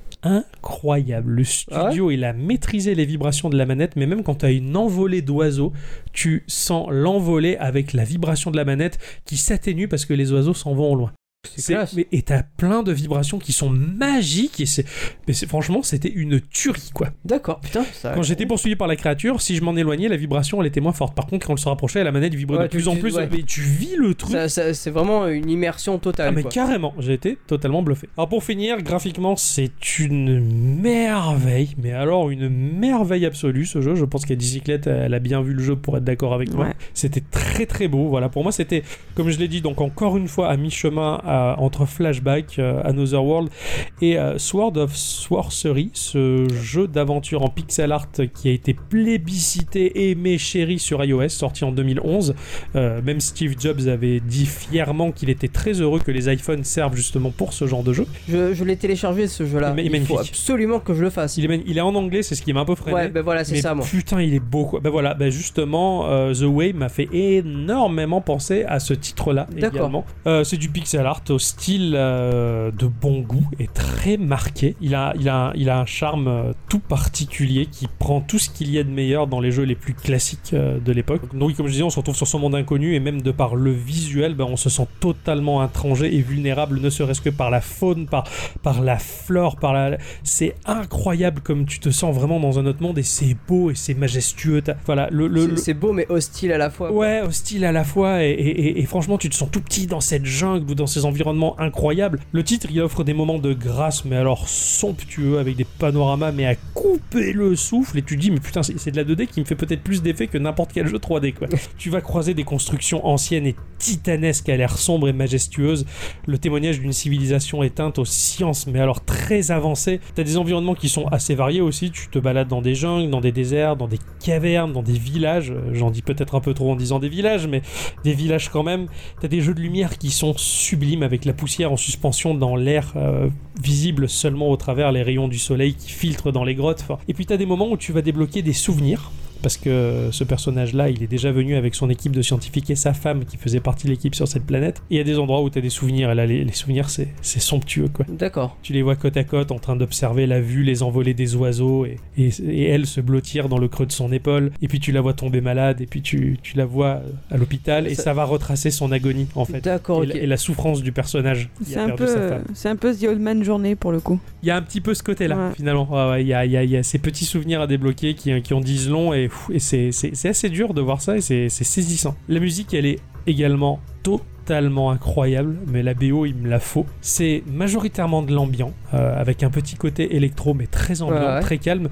B: incroyables. Le studio, il a maîtrisé les vibrations de la manette, mais même quand tu as une envolée d'oiseaux, tu sens l'envolée avec la vibration de la manette qui s'atténue parce que les oiseaux s'en vont au loin. C'est-
A: classe.
B: mais- et t'as plein de vibrations qui sont magiques et c'est, mais c'est- franchement c'était une tuerie quoi.
A: D'accord, putain, ça.
B: Quand j'étais poursuivi par la créature, si je m'en éloignais, la vibration elle était moins forte. Par contre, quand on se rapprochait, la manette vibrait
A: Ouais,
B: de
A: tu-
B: plus en
A: tu-
B: plus.
A: ouais.
B: Mais tu vis le truc.
A: Ça- ça- c'est vraiment une immersion totale.
B: Ah mais
A: quoi.
B: carrément, j'ai été totalement bluffé. Alors pour finir, graphiquement, c'est une merveille, mais alors une merveille absolue ce jeu. Je pense que Dicyclette, elle a bien vu le jeu pour être d'accord avec moi.
C: Ouais.
B: C'était très très beau. Voilà, pour moi c'était, comme je l'ai dit, donc encore une fois à mi-chemin à- entre Flashback, euh, Another World et euh, Sword of Sorcery, ce jeu d'aventure en pixel art qui a été plébiscité, aimé, chéri sur iOS, sorti en 2011. Euh, même Steve Jobs avait dit fièrement qu'il était très heureux que les iPhones servent justement pour ce genre de jeu.
A: Je, je l'ai téléchargé ce jeu-là.
B: Il est
A: Il, faut
B: magnifique.
A: absolument que je le fasse.
B: Il est, man- il est en anglais, c'est ce qui m'a un peu freiné.
A: Ouais, ben voilà, c'est
B: Mais
A: ça, moi.
B: Putain, il est beau quoi. Ben voilà, ben justement, euh, The Way m'a fait énormément penser à ce titre-là
A: D'accord.
B: également. Euh, c'est du pixel art au style euh, de bon goût et très marqué. Il a, il a, il a un charme euh, tout particulier qui prend tout ce qu'il y a de meilleur dans les jeux les plus classiques euh, de l'époque. Donc, comme je disais, on se retrouve sur son monde inconnu et même de par le visuel, ben, on se sent totalement intrangé et vulnérable, ne serait-ce que par la faune, par, par la flore, par la, c'est incroyable comme tu te sens vraiment dans un autre monde et c'est beau et c'est majestueux. T'as- Voilà, le, le-
A: C'est-
B: le-
A: C'est beau mais hostile à la fois.
B: Ouais, hostile à la fois, et, et- et- et franchement, tu te sens tout petit dans cette jungle ou dans ces environnements incroyables. Le titre, il offre des moments de grâce, mais alors somptueux, avec des panoramas, mais à couper le souffle, et tu te dis, mais putain, c'est c'est de la 2D qui me fait peut-être plus d'effet que n'importe quel jeu 3D, quoi. tu vas croiser des constructions anciennes et titanesques à l'air sombre et majestueuse, le témoignage d'une civilisation éteinte aux sciences, mais alors très avancées. T'as des environnements qui sont assez variés aussi, tu te balades dans des jungles, dans des déserts, dans des cavernes, dans des villages, Euh, j'en dis peut-être un peu trop en disant des villages, mais des villages quand même. T'as des jeux de lumière qui sont sublimes avec la poussière en suspension dans l'air euh, visible seulement au travers les rayons du soleil qui filtrent dans les grottes. Enfin, et puis t'as des moments où tu vas débloquer des souvenirs. Parce que ce personnage-là, il est déjà venu avec son équipe de scientifiques et sa femme qui faisait partie de l'équipe sur cette planète. Et il y a des endroits où t'as des souvenirs. Et là, les, les souvenirs, c'est c'est somptueux, quoi.
A: D'accord.
B: Tu les vois côte à côte en train d'observer la vue, les envolées des oiseaux et, et- et elle se blottir dans le creux de son épaule. Et puis tu la vois tomber malade et puis tu, tu la vois euh, à l'hôpital et ça...
A: Ça-
B: va retracer son agonie en fait.
A: D'accord,
B: Et,
A: ok.
B: la, et la souffrance du personnage. qui
C: C'est
B: a
C: un,
B: perdu
C: peu,
B: sa femme.
C: c'est un peu The Old Man Journée pour le coup.
B: Il y a un petit peu ce côté-là,
C: Ouais.
B: finalement. Ouais, ouais, Il y, a, il y a- il y a ces petits souvenirs à débloquer qui, qui en disent long et, pff, et c'est, c'est- c'est assez dur de voir ça et c'est, c'est saisissant. La musique, elle est également totalement incroyable, mais la BO, il me la faut. C'est majoritairement de l'ambiant, euh, avec un petit côté électro, mais très ambiant,
A: Ouais, ouais.
B: très calme,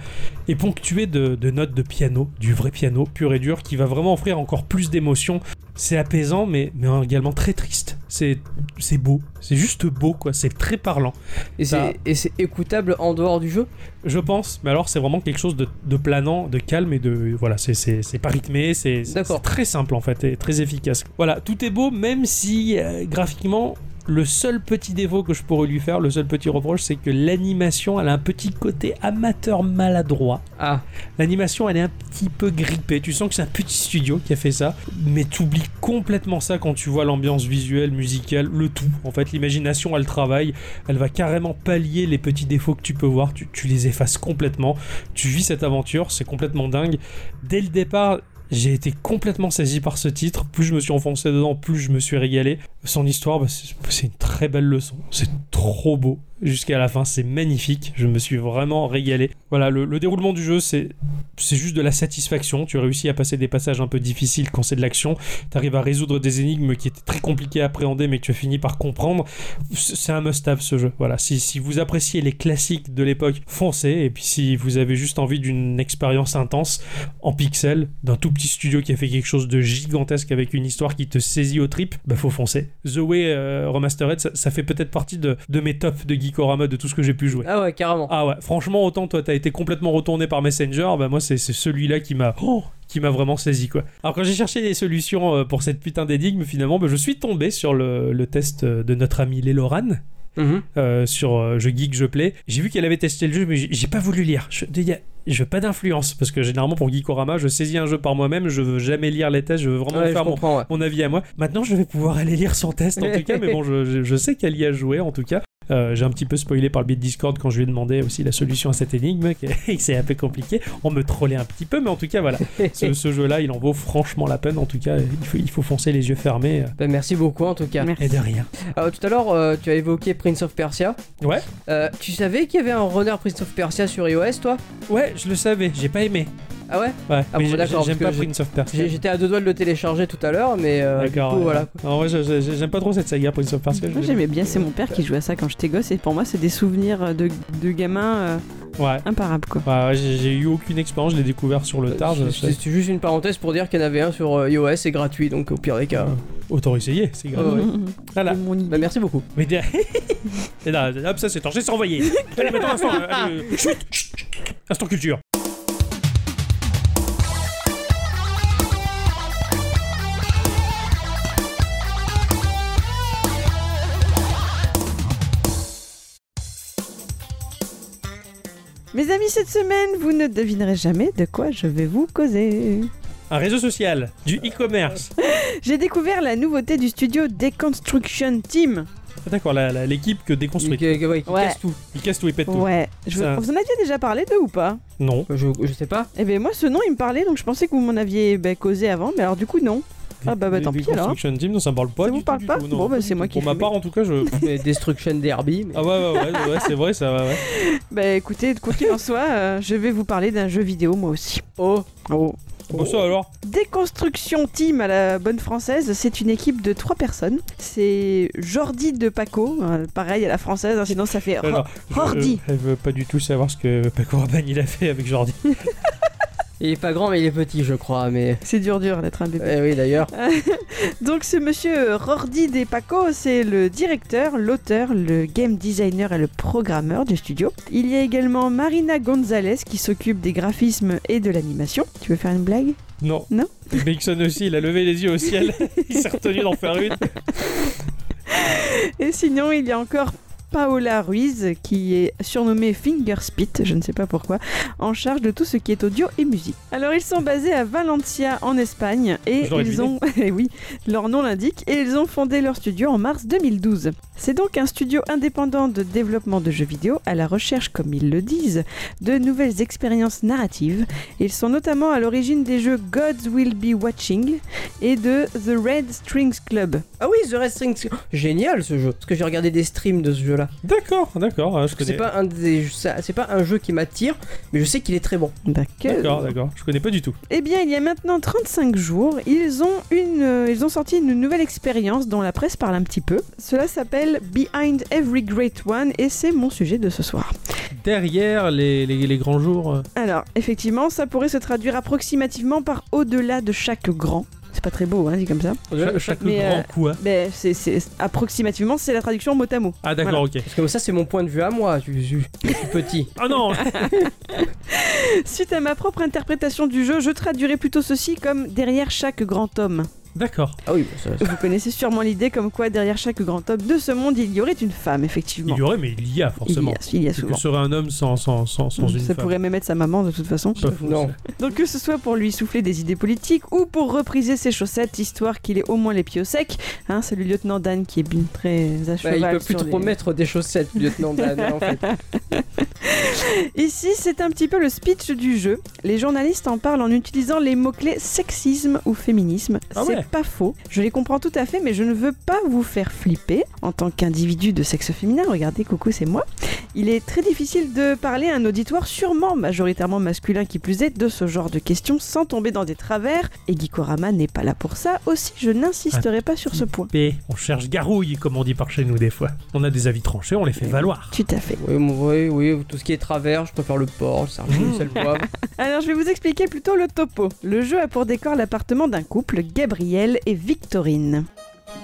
B: et ponctué de, de notes de piano, du vrai piano, pur et dur, qui va vraiment offrir encore plus d'émotion. C'est apaisant, mais, mais également très triste. C'est, c'est beau. C'est juste beau, quoi. C'est très parlant.
A: Et
B: ça-
A: c'est- et c'est écoutable en dehors du jeu
B: Je pense, mais alors c'est vraiment quelque chose de, de planant, de calme et de. Voilà, c'est- c'est c'est pas rythmé, c'est c'est-
A: D'accord.
B: c'est très simple en fait et très efficace. Voilà, tout est beau, même si euh, graphiquement, le seul petit défaut que je pourrais lui faire, le seul petit reproche, c'est que l'animation, elle a un petit côté amateur maladroit.
A: Ah,
B: L'animation, elle est un petit peu grippée. Tu sens que c'est un petit studio qui a fait ça, mais t'oublies complètement ça quand tu vois l'ambiance visuelle, musicale, le tout. En fait, l'imagination, elle travaille. Elle va carrément pallier les petits défauts que tu peux voir. Tu, tu les effaces complètement. Tu vis cette aventure, c'est complètement dingue. Dès le départ. J'ai été complètement saisi par ce titre. Plus je me suis enfoncé dedans, plus je me suis régalé. Son histoire, bah, c'est c'est une très belle leçon. C'est trop beau. Jusqu'à la fin, c'est magnifique. Je me suis vraiment régalé. Voilà, le- le déroulement du jeu, c'est c'est juste de la satisfaction. Tu réussis à passer des passages un peu difficiles quand c'est de l'action. Tu arrives à résoudre des énigmes qui étaient très compliquées à appréhender, mais que tu finis par comprendre. C- C'est un must-have ce jeu. Voilà. Si, si vous appréciez les classiques de l'époque, foncez. Et puis si vous avez juste envie d'une expérience intense en pixel, d'un tout petit studio qui a fait quelque chose de gigantesque avec une histoire qui te saisit aux tripes, bah faut foncer. The Way euh, Remastered, ça, ça fait peut-être partie de, de mes tops de Geekorama de tout ce que j'ai pu jouer.
A: Ah ouais, carrément.
B: Ah ouais, franchement, autant toi t'as été complètement retourné par Messenger, bah moi c'est c'est celui-là qui m'a oh, qui m'a vraiment saisi quoi. Alors quand j'ai cherché des solutions euh, pour cette putain d'énigme, finalement, bah, je suis tombé sur le, le test euh, de notre ami Léloran
A: Mhm.
B: euh, sur euh, Je Geek, Je Play. J'ai vu qu'elle avait testé le jeu, mais j'ai- j'ai pas voulu lire. Je, il y a- je veux pas d'influence, parce que généralement pour Geekorama, je saisis un jeu par moi-même, je veux jamais lire les tests, je veux vraiment
A: Ouais, je
B: faire mon,
A: comprends, ouais.
B: mon avis à moi. Maintenant, je vais pouvoir aller lire son test en tout cas, mais bon, je, je- je sais qu'elle y a joué en tout cas. Euh, J'ai un petit peu spoilé par le biais de Discord quand je lui ai demandé aussi la solution à cette énigme, que que c'est un peu compliqué. On me trollait un petit peu, mais en tout cas, voilà. Ce, ce jeu-là, il en vaut franchement la peine. En tout cas, il faut, il faut foncer les yeux fermés. euh,
A: Bah, merci beaucoup en tout cas.
C: Merci.
B: Et de rien.
A: Euh, tout à l'heure, euh, tu as évoqué Prince of Persia.
B: Ouais.
A: Euh, tu savais qu'il y avait un runner Prince of Persia sur iOS, toi
B: Ouais, je le savais. J'ai pas aimé.
A: Ah ouais
B: Ouais,
A: Ah
B: mais
A: bon,
B: j'ai-
A: d'accord,
B: j'aime pas
A: parce que
B: Prince of Persia.
A: J'ai- J'étais à deux doigts de le télécharger tout à l'heure, mais euh, du
B: D'accord.
A: coup,
B: ouais.
A: voilà.
B: En vrai, je- je- je- j'aime pas trop cette saga Prince of Persia.
C: Moi
B: je-
C: j'aimais bien, c'est mon père qui jouait à ça quand j'étais gosse et pour moi c'est des souvenirs de, de gamin euh,
B: Ouais.
C: imparables quoi.
B: Ouais, ouais, j'ai j'ai eu aucune expérience. Je l'ai découvert sur
A: Euh,
B: le tard. je-
A: C'est-
B: je-
A: C'est c'est juste une parenthèse pour dire qu'il y en avait un sur euh, iOS, c'est gratuit, donc au pire des cas.
B: Ouais. Autant essayer, c'est grave.
A: Ah ouais.
B: Voilà.
C: C'est mon idée.
A: Bah, merci beaucoup.
B: Mais de- Et là, hop, ça c'est torché, c'est envoyé. Allez, maintenant, instant, euh, allez, euh, chut, chut, chut. instant culture.
C: Mes amis, cette semaine, vous ne devinerez jamais de quoi je vais vous causer.
B: Un réseau social, du e-commerce.
C: J'ai découvert la nouveauté du studio Deconstruction Team.
B: Ah, D'accord, la- la- l'équipe que déconstruit.
A: Qui- qui- ouais, qui
C: Ouais.
A: casse tout.
B: Il casse tout, il pète tout.
C: Ouais, je
B: Ça-
C: vous en aviez déjà parlé d'eux ou pas
B: Non.
A: Je, je sais pas.
C: Eh ben moi, ce nom, il me parlait, donc je pensais que vous m'en aviez ben, causé avant, mais alors du coup, non. Ah bah, bah, tant pis, alors.
B: Deconstruction Team, non, ça me parle pas.
C: Ça
B: du
C: vous
B: tout,
C: parle
B: du
C: pas
B: tout, non.
C: Bon, bah,
B: Pas
C: c'est
B: du
C: moi
B: tout.
C: qui ai
B: Pour ma
C: fumé.
B: part, en tout cas, je.
A: Mais Destruction Derby. mais-
B: Ah ouais, ouais, ouais, ouais, c'est vrai, ça va, ouais.
C: Bah écoutez, de quoi qu'il en soit, euh, je vais vous parler d'un jeu vidéo, moi aussi.
A: Oh,
C: Oh.
B: Bon, ça alors
C: Déconstruction Team à la bonne française, c'est une équipe de trois personnes. C'est Jordi de Paco, euh, pareil à la française, hein, sinon ça fait Ro-
B: Alors,
C: Jordi.
B: Elle veut pas du tout savoir ce que Paco Rabanne il a fait avec Jordi.
A: il est pas grand, mais il est petit, je crois. Mais
C: C'est dur dur d'être un bébé.
A: eh oui, d'ailleurs.
C: Donc ce monsieur Rordi des Paco, c'est le directeur, l'auteur, le game designer et le programmeur du studio. Il y a également Marina Gonzalez qui s'occupe des graphismes et de l'animation. Tu veux faire une blague
B: Non.
C: Non.
B: Bixon aussi, il a levé les yeux au ciel. il s'est retenu d'en faire une.
C: Et sinon, il y a encore Paola Ruiz qui est surnommée Fingerspit, je ne sais pas pourquoi, en charge de tout ce qui est audio et musique. Alors ils sont basés à Valencia en Espagne et
B: Je l'aurais
C: ils ont Eh oui, leur nom l'indique et ils ont fondé leur studio en mars 2012. C'est donc un studio indépendant de développement de jeux vidéo à la recherche comme ils le disent de nouvelles expériences narratives. Ils sont notamment à l'origine des jeux Gods Will Be Watching et de The Red Strings Club.
A: Ah oui, The Wrestling. Génial ce jeu. Parce que j'ai regardé des streams de ce jeu-là.
B: D'accord, d'accord. hein, Je
A: C'est
B: connais.
A: pas un des, ça- c'est pas un jeu qui m'attire, mais je sais qu'il est très bon.
C: Bah,
B: D'accord, d'accord. Je connais pas du tout.
C: Eh bien, il y a maintenant 35 jours, ils ont, une, euh, ils ont sorti une nouvelle expérience dont la presse parle un petit peu. Cela s'appelle Behind Every Great One et c'est mon sujet de ce soir.
B: Derrière les, les, les grands jours. euh,
C: Alors, effectivement, ça pourrait se traduire approximativement par au-delà de chaque grand. C'est pas très beau, hein, dit comme ça.
B: cha- chaque
C: mais,
B: grand
C: euh,
B: quoi.
C: Mais c'est, c'est- approximativement, c'est la traduction mot à mot.
B: Ah d'accord, ok.
A: Parce que ça, c'est mon point de vue à moi. Je, je- je suis petit.
B: Ah non
C: Suite à ma propre interprétation du jeu, je traduirais plutôt ceci comme derrière chaque grand homme.
B: D'accord.
A: Ah oui, bah, ça- ça-
C: Vous connaissez sûrement l'idée comme quoi derrière chaque grand homme de ce monde, il y aurait une femme,
B: Il
C: effectivement.
B: y aurait, mais il y a forcément.
C: Il y a, il y a
B: Parce Que
C: souvent.
B: serait un homme sans, sans, sans, sans une
C: Mmh, ça
B: femme Bah.
C: pourrait même être sa maman de toute façon.
B: Pas faux,
A: Non.
B: ça.
C: Donc que ce soit pour lui souffler des idées politiques ou pour repriser ses chaussettes, histoire qu'il ait au moins les pieds au sec. Hein, c'est le lieutenant Dan qui est bien très à
A: Bah,
C: cheval.
A: il peut plus
C: sur
A: trop
C: les-
A: mettre des chaussettes, lieutenant Dan, hein, en fait.
C: Ici, c'est un petit peu le speech du jeu. Les journalistes en parlent en utilisant les mots-clés sexisme ou féminisme.
B: Ah
C: c'est
B: ouais.
C: pas faux. Je les comprends tout à fait, mais je ne veux pas vous faire flipper. En tant qu'individu de sexe féminin, regardez, coucou, c'est moi. Il est très difficile de parler à un auditoire sûrement majoritairement masculin qui plus est de ce genre de questions sans tomber dans des travers. Et Gikorama n'est pas là pour ça. Aussi, je n'insisterai pas sur ce point.
B: P. On cherche garouille, comme on dit par chez nous des fois. On a des avis tranchés, on les
C: Eh
B: fait valoir.
C: Tout à fait.
A: Oui, mon- oui, oui, tout ce qui est travers, je préfère le porc, ça
B: Mmh.
A: ça le poivre.
C: Alors je vais vous expliquer plutôt le topo. Le jeu a pour décor l'appartement d'un couple, Gabriel et Victorine.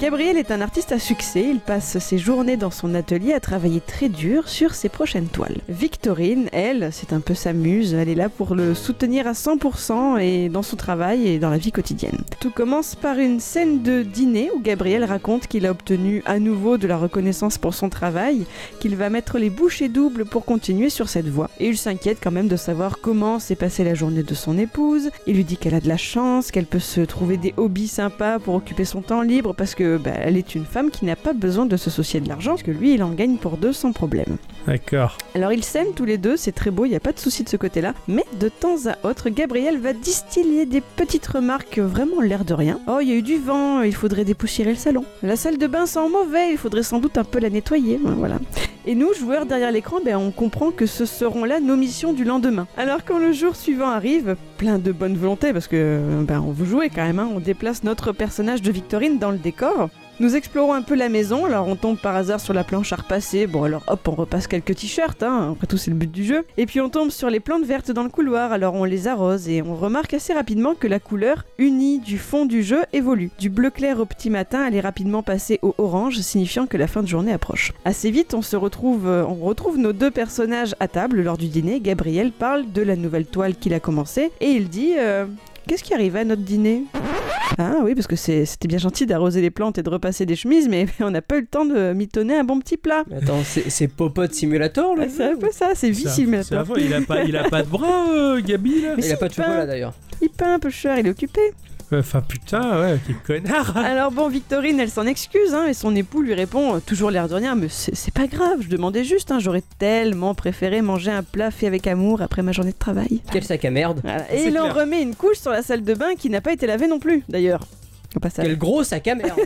C: Gabriel est un artiste à succès, il passe ses journées dans son atelier à travailler très dur sur ses prochaines toiles. Victorine, elle, c'est un peu sa muse, elle est là pour le soutenir à 100% et dans son travail et dans la vie quotidienne. Tout commence par une scène de dîner où Gabriel raconte qu'il a obtenu à nouveau de la reconnaissance pour son travail, qu'il va mettre les bouchées doubles pour continuer sur cette voie. Et il s'inquiète quand même de savoir comment s'est passée la journée de son épouse, il lui dit qu'elle a de la chance, qu'elle peut se trouver des hobbies sympas pour occuper son temps libre parce que bah, elle est une femme qui n'a pas besoin de se soucier de l'argent, parce que lui il en gagne pour deux sans problème.
B: D'accord.
C: Alors ils s'aiment tous les deux, c'est très beau, il n'y a pas de souci de ce côté-là, mais de temps à autre, Gabriel va distiller des petites remarques vraiment l'air de rien. Oh, il y a eu du vent, il faudrait dépoussiérer le salon. La salle de bain sent mauvais, il faudrait sans doute un peu la nettoyer, Ouais, voilà. Et nous, joueurs derrière l'écran, ben, on comprend que ce seront là nos missions du lendemain. Alors quand le jour suivant arrive, plein de bonne volonté, parce que ben, on veut jouer quand même, hein, on déplace notre personnage de Victorine dans le décor. Nous explorons un peu la maison, alors on tombe par hasard sur la planche à repasser, bon alors hop, on repasse quelques t-shirts, hein, après tout c'est le but du jeu. Et puis on tombe sur les plantes vertes dans le couloir, alors on les arrose et on remarque assez rapidement que la couleur unie du fond du jeu évolue. Du bleu clair au petit matin, elle est rapidement passée au orange, signifiant que la fin de journée approche. Assez vite, on se retrouve, euh, on retrouve nos deux personnages à table lors du dîner. Gabriel parle de la nouvelle toile qu'il a commencée et il dit euh, Qu'est-ce qui arrive à notre dîner ah oui, parce que c'est- c'était bien gentil d'arroser les plantes et de repasser des chemises, mais on n'a pas eu le temps de mitonner un bon petit plat.
A: Mais Attends, c'est c'est Popote Simulator là
C: C'est un peu ça, c'est
B: Ah C'est
C: vici
B: un- c'est un
C: maintenant.
B: faux, Il a pas, il a pas de bras, euh, Gabi là.
C: Mais
A: Il a
C: si,
A: pas de
C: peint.
A: chocolat d'ailleurs.
C: Il peint un peu cher, il est occupé.
B: Enfin putain, ouais, quel connard.
C: Alors bon, Victorine, elle s'en excuse, hein, et son époux lui répond, euh, toujours l'air de rien, mais c'est c'est pas grave, je demandais juste, hein, j'aurais tellement préféré manger un plat fait avec amour après ma journée de travail.
A: Quel sac à merde.
C: Voilà. Et
B: C'est
C: il en
B: clair.
C: remet une couche sur la salle de bain qui n'a pas été lavée non plus, d'ailleurs. Au passage.
A: Quel gros sac à merde.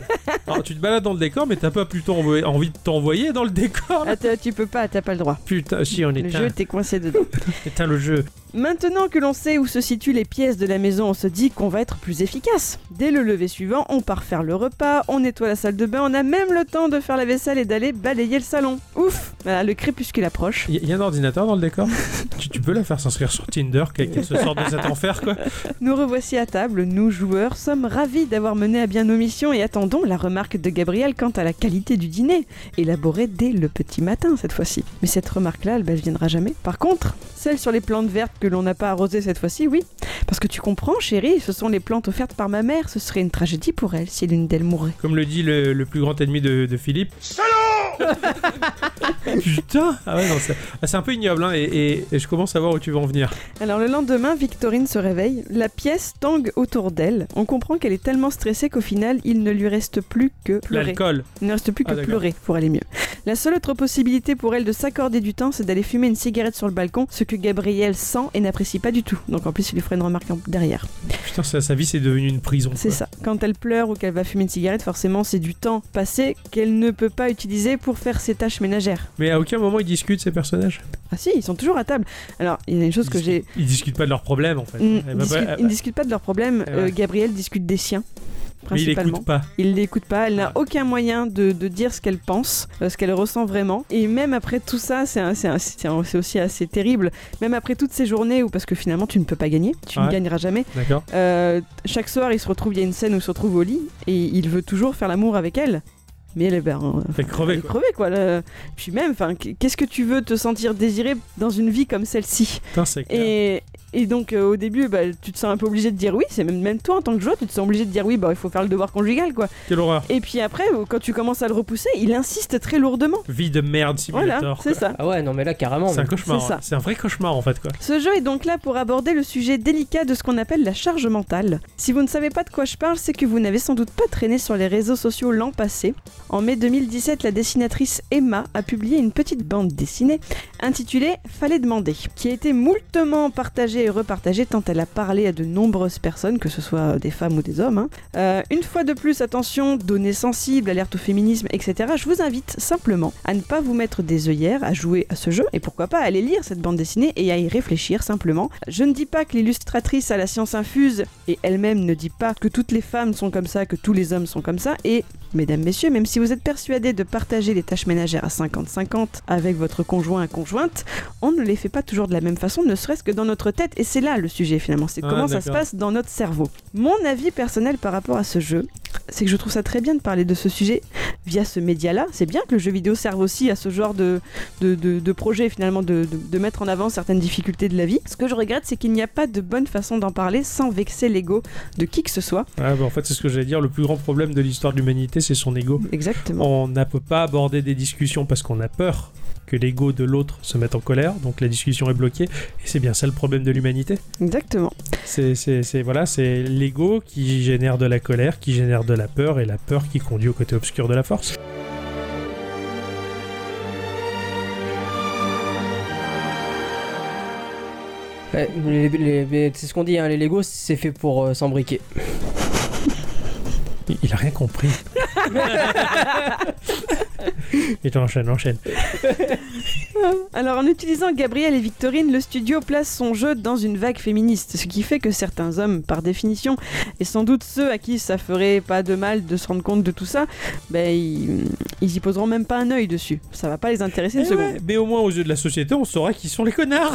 B: Alors, tu te balades dans le décor, mais t'as pas plutôt envo- envie de t'envoyer dans le décor. là.
C: Ah, t'as- tu peux pas, t'as pas le droit.
B: Putain, si on
C: Le
B: éteint,
C: jeu, t'es coincé dedans.
B: éteint le jeu.
C: Maintenant que l'on sait où se situent les pièces de la maison, on se dit qu'on va être plus efficace. Dès le lever suivant, on part faire le repas, on nettoie la salle de bain, on a même le temps de faire la vaisselle et d'aller balayer le salon. Ouf Voilà, le crépuscule approche.
B: Il y, a un ordinateur dans le décor tu, tu peux la faire s'inscrire sur Tinder, qu'elle qu'elle se sorte de cet enfer, quoi.
C: Nous revoici à table, nous joueurs sommes ravis d'avoir mené à bien nos missions et attendons la remarque de Gabriel quant à la qualité du dîner, élaborée dès le petit matin cette fois-ci. Mais cette remarque-là, elle ne viendra jamais. Par contre, celle sur les plantes vertes que l'on n'a pas arrosées cette fois-ci, oui. Parce que tu comprends, chérie, ce sont les plantes offertes par ma mère, ce serait une tragédie pour elle si l'une d'elles mourait.
B: Comme le dit le, le plus grand ennemi de, de Philippe. Salaud Putain Ah ouais, non, c'est ah, c'est un peu ignoble, hein, et, et- et je commence à voir où tu veux en venir.
C: Alors le lendemain, Victorine se réveille, la pièce tangue autour d'elle. On comprend qu'elle est tellement stressée qu'au final, il ne lui reste plus que pleurer.
B: L'alcool.
C: Il ne reste plus que
B: Ah, d'accord.
C: pleurer pour aller mieux. La seule autre possibilité pour elle de s'accorder du temps, c'est d'aller fumer une cigarette sur le balcon, ce que Gabriel sent et n'apprécie pas du tout. Donc en plus, il lui fera une remarque en- derrière.
B: Putain, sa, sa vie, c'est devenu une prison.
C: C'est
B: quoi.
C: ça. Quand elle pleure ou qu'elle va fumer une cigarette, forcément, c'est du temps passé qu'elle ne peut pas utiliser pour faire ses tâches ménagères.
B: Mais à aucun moment ils discutent, ces personnages.
C: Ah si, ils sont toujours à table. Alors, il y a une chose
B: Ils
C: que j'ai...
B: discutent- Ils discutent pas de leurs problèmes, en fait.
C: Mm,
B: Eh ben,
C: ils discutent-
B: bah,
C: ils ne discutent pas de leurs problèmes.
B: Eh
C: euh,
B: ouais.
C: Gabriel discute des siens,
B: mais ils
C: principalement.
B: l'écoutent pas.
C: Il l'écoute pas, elle n'a
B: Ouais.
C: aucun moyen de, de dire ce qu'elle pense, euh, ce qu'elle ressent vraiment. Et même après tout ça, c'est un- c'est un- c'est un- c'est aussi assez terrible. Même après toutes ces journées où, parce que finalement tu ne peux pas gagner, tu
B: Ouais.
C: ne gagneras jamais,
B: D'accord
C: euh, chaque soir il se retrouve, il y a une scène où il se retrouve au lit et il veut toujours faire l'amour avec elle. Mais elle est ben, euh,
B: Fait crever,
C: elle est
B: quoi.
C: crevée quoi. là. Puis même, enfin, qu'est-ce que tu veux te sentir désiré dans une vie comme celle-ci
B: Putain, c'est clair.
C: et, et donc euh, au début, bah, tu te sens un peu obligé de dire oui. C'est même, même toi en tant que joueur, tu te sens obligé de dire oui. Bah, il faut faire le devoir conjugal, quoi.
B: Quelle horreur.
C: Et puis après, euh, quand tu commences à le repousser, il insiste très lourdement.
B: Vie de merde,
C: Voilà,
B: simulator.
C: c'est ça.
A: Ah ouais, non mais là carrément.
B: C'est un
A: mais-
B: cauchemar.
C: C'est
B: hein.
C: ça.
B: C'est un vrai cauchemar en fait quoi.
C: Ce jeu est donc là pour aborder le sujet délicat de ce qu'on appelle la charge mentale. Si vous ne savez pas de quoi je parle, c'est que vous n'avez sans doute pas traîné sur les réseaux sociaux l'an passé. En mai 2017, la dessinatrice Emma a publié une petite bande dessinée intitulée Fallait demander, qui a été moultement partagée et repartagée tant elle a parlé à de nombreuses personnes, que ce soit des femmes ou des hommes. hein. Euh, une fois de plus, attention, données sensibles, alerte au féminisme, etc. Je vous invite simplement à ne pas vous mettre des œillères, à jouer à ce jeu, et pourquoi pas à aller lire cette bande dessinée et à y réfléchir simplement. Je ne dis pas que l'illustratrice à la science infuse, et elle-même ne dit pas que toutes les femmes sont comme ça, que tous les hommes sont comme ça, et Mesdames, messieurs, même si vous êtes persuadés de partager les tâches ménagères à 50-50 avec votre conjoint conjointe, on ne les fait pas toujours de la même façon, ne serait-ce que dans notre tête. Et c'est là le sujet finalement, c'est
B: Ah,
C: comment ça se
B: d'accord.
C: passe dans notre cerveau. Mon avis personnel par rapport à ce jeu, c'est que je trouve ça très bien de parler de ce sujet via ce média-là. C'est bien que le jeu vidéo serve aussi à ce genre de, de, de- de projet finalement, de, de- de mettre en avant certaines difficultés de la vie. Ce que je regrette, c'est qu'il n'y a pas de bonne façon d'en parler sans vexer l'ego de qui que ce soit.
B: Ouais, bah, en fait, c'est ce que j'allais dire. Le plus grand problème de l'histoire de l'humanité, c'est son ego.
C: Exactement.
B: On ne peut pas aborder des discussions parce qu'on a peur que l'ego de l'autre se mette en colère, donc la discussion est bloquée. Et c'est bien ça le problème de l'humanité.
C: Exactement.
B: C'est c'est- c'est- voilà, c'est l'ego qui génère de la colère, qui génère de la peur, et la peur qui conduit au côté obscur de la force.
A: Ouais, les- les- les- c'est ce qu'on dit, hein, les Lego, c'est fait pour euh, s'embriquer.
B: Il- Il a rien compris. Et tu enchaînes, enchaîne.
C: Alors en utilisant Gabriel et Victorine, le studio place son jeu dans une vague féministe, ce qui fait que certains hommes, par définition, et sans doute ceux à qui ça ferait pas de mal de se rendre compte de tout ça, ben ils, ils y poseront même pas un œil dessus. Ça va pas les intéresser une
B: Eh
C: seconde.
B: ouais, mais au moins aux yeux de la société, on saura qui sont les connards.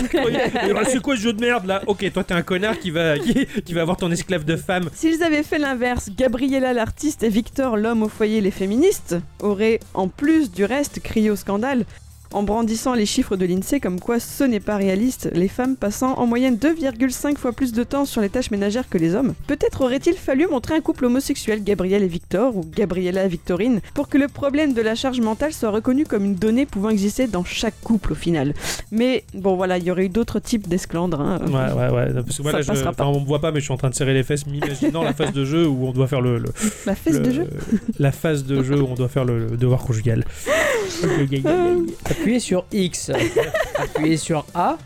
B: Alors, c'est quoi ce jeu de merde là Ok, toi t'es un connard qui va qui, qui va avoir ton esclave de femme.
C: S'ils avaient fait l'inverse, Gabriella l'artiste et Victor l'homme au foyer les féministes auraient, en plus du reste, crié au scandale en brandissant les chiffres de l'INSEE comme quoi ce n'est pas réaliste, les femmes passant en moyenne 2,5 fois plus de temps sur les tâches ménagères que les hommes. Peut-être aurait-il fallu montrer un couple homosexuel, Gabriel et Victor, ou Gabriella et Victorine, pour que le problème de la charge mentale soit reconnu comme une donnée pouvant exister dans chaque couple au final. Mais bon voilà, il y aurait eu d'autres types d'esclandres. hein.
B: Ouais, ouais, ouais. Parce que moi,
C: Ça
B: là, je,
C: passera
B: enfin, on me voit pas, mais je suis en train de serrer les fesses, m'imaginant la phase de jeu où on doit faire le, le-
C: La fesse
B: le-
C: de jeu
B: la phase de jeu où on doit faire le, le devoir conjugal.
A: Appuyez sur X, appuyez sur A,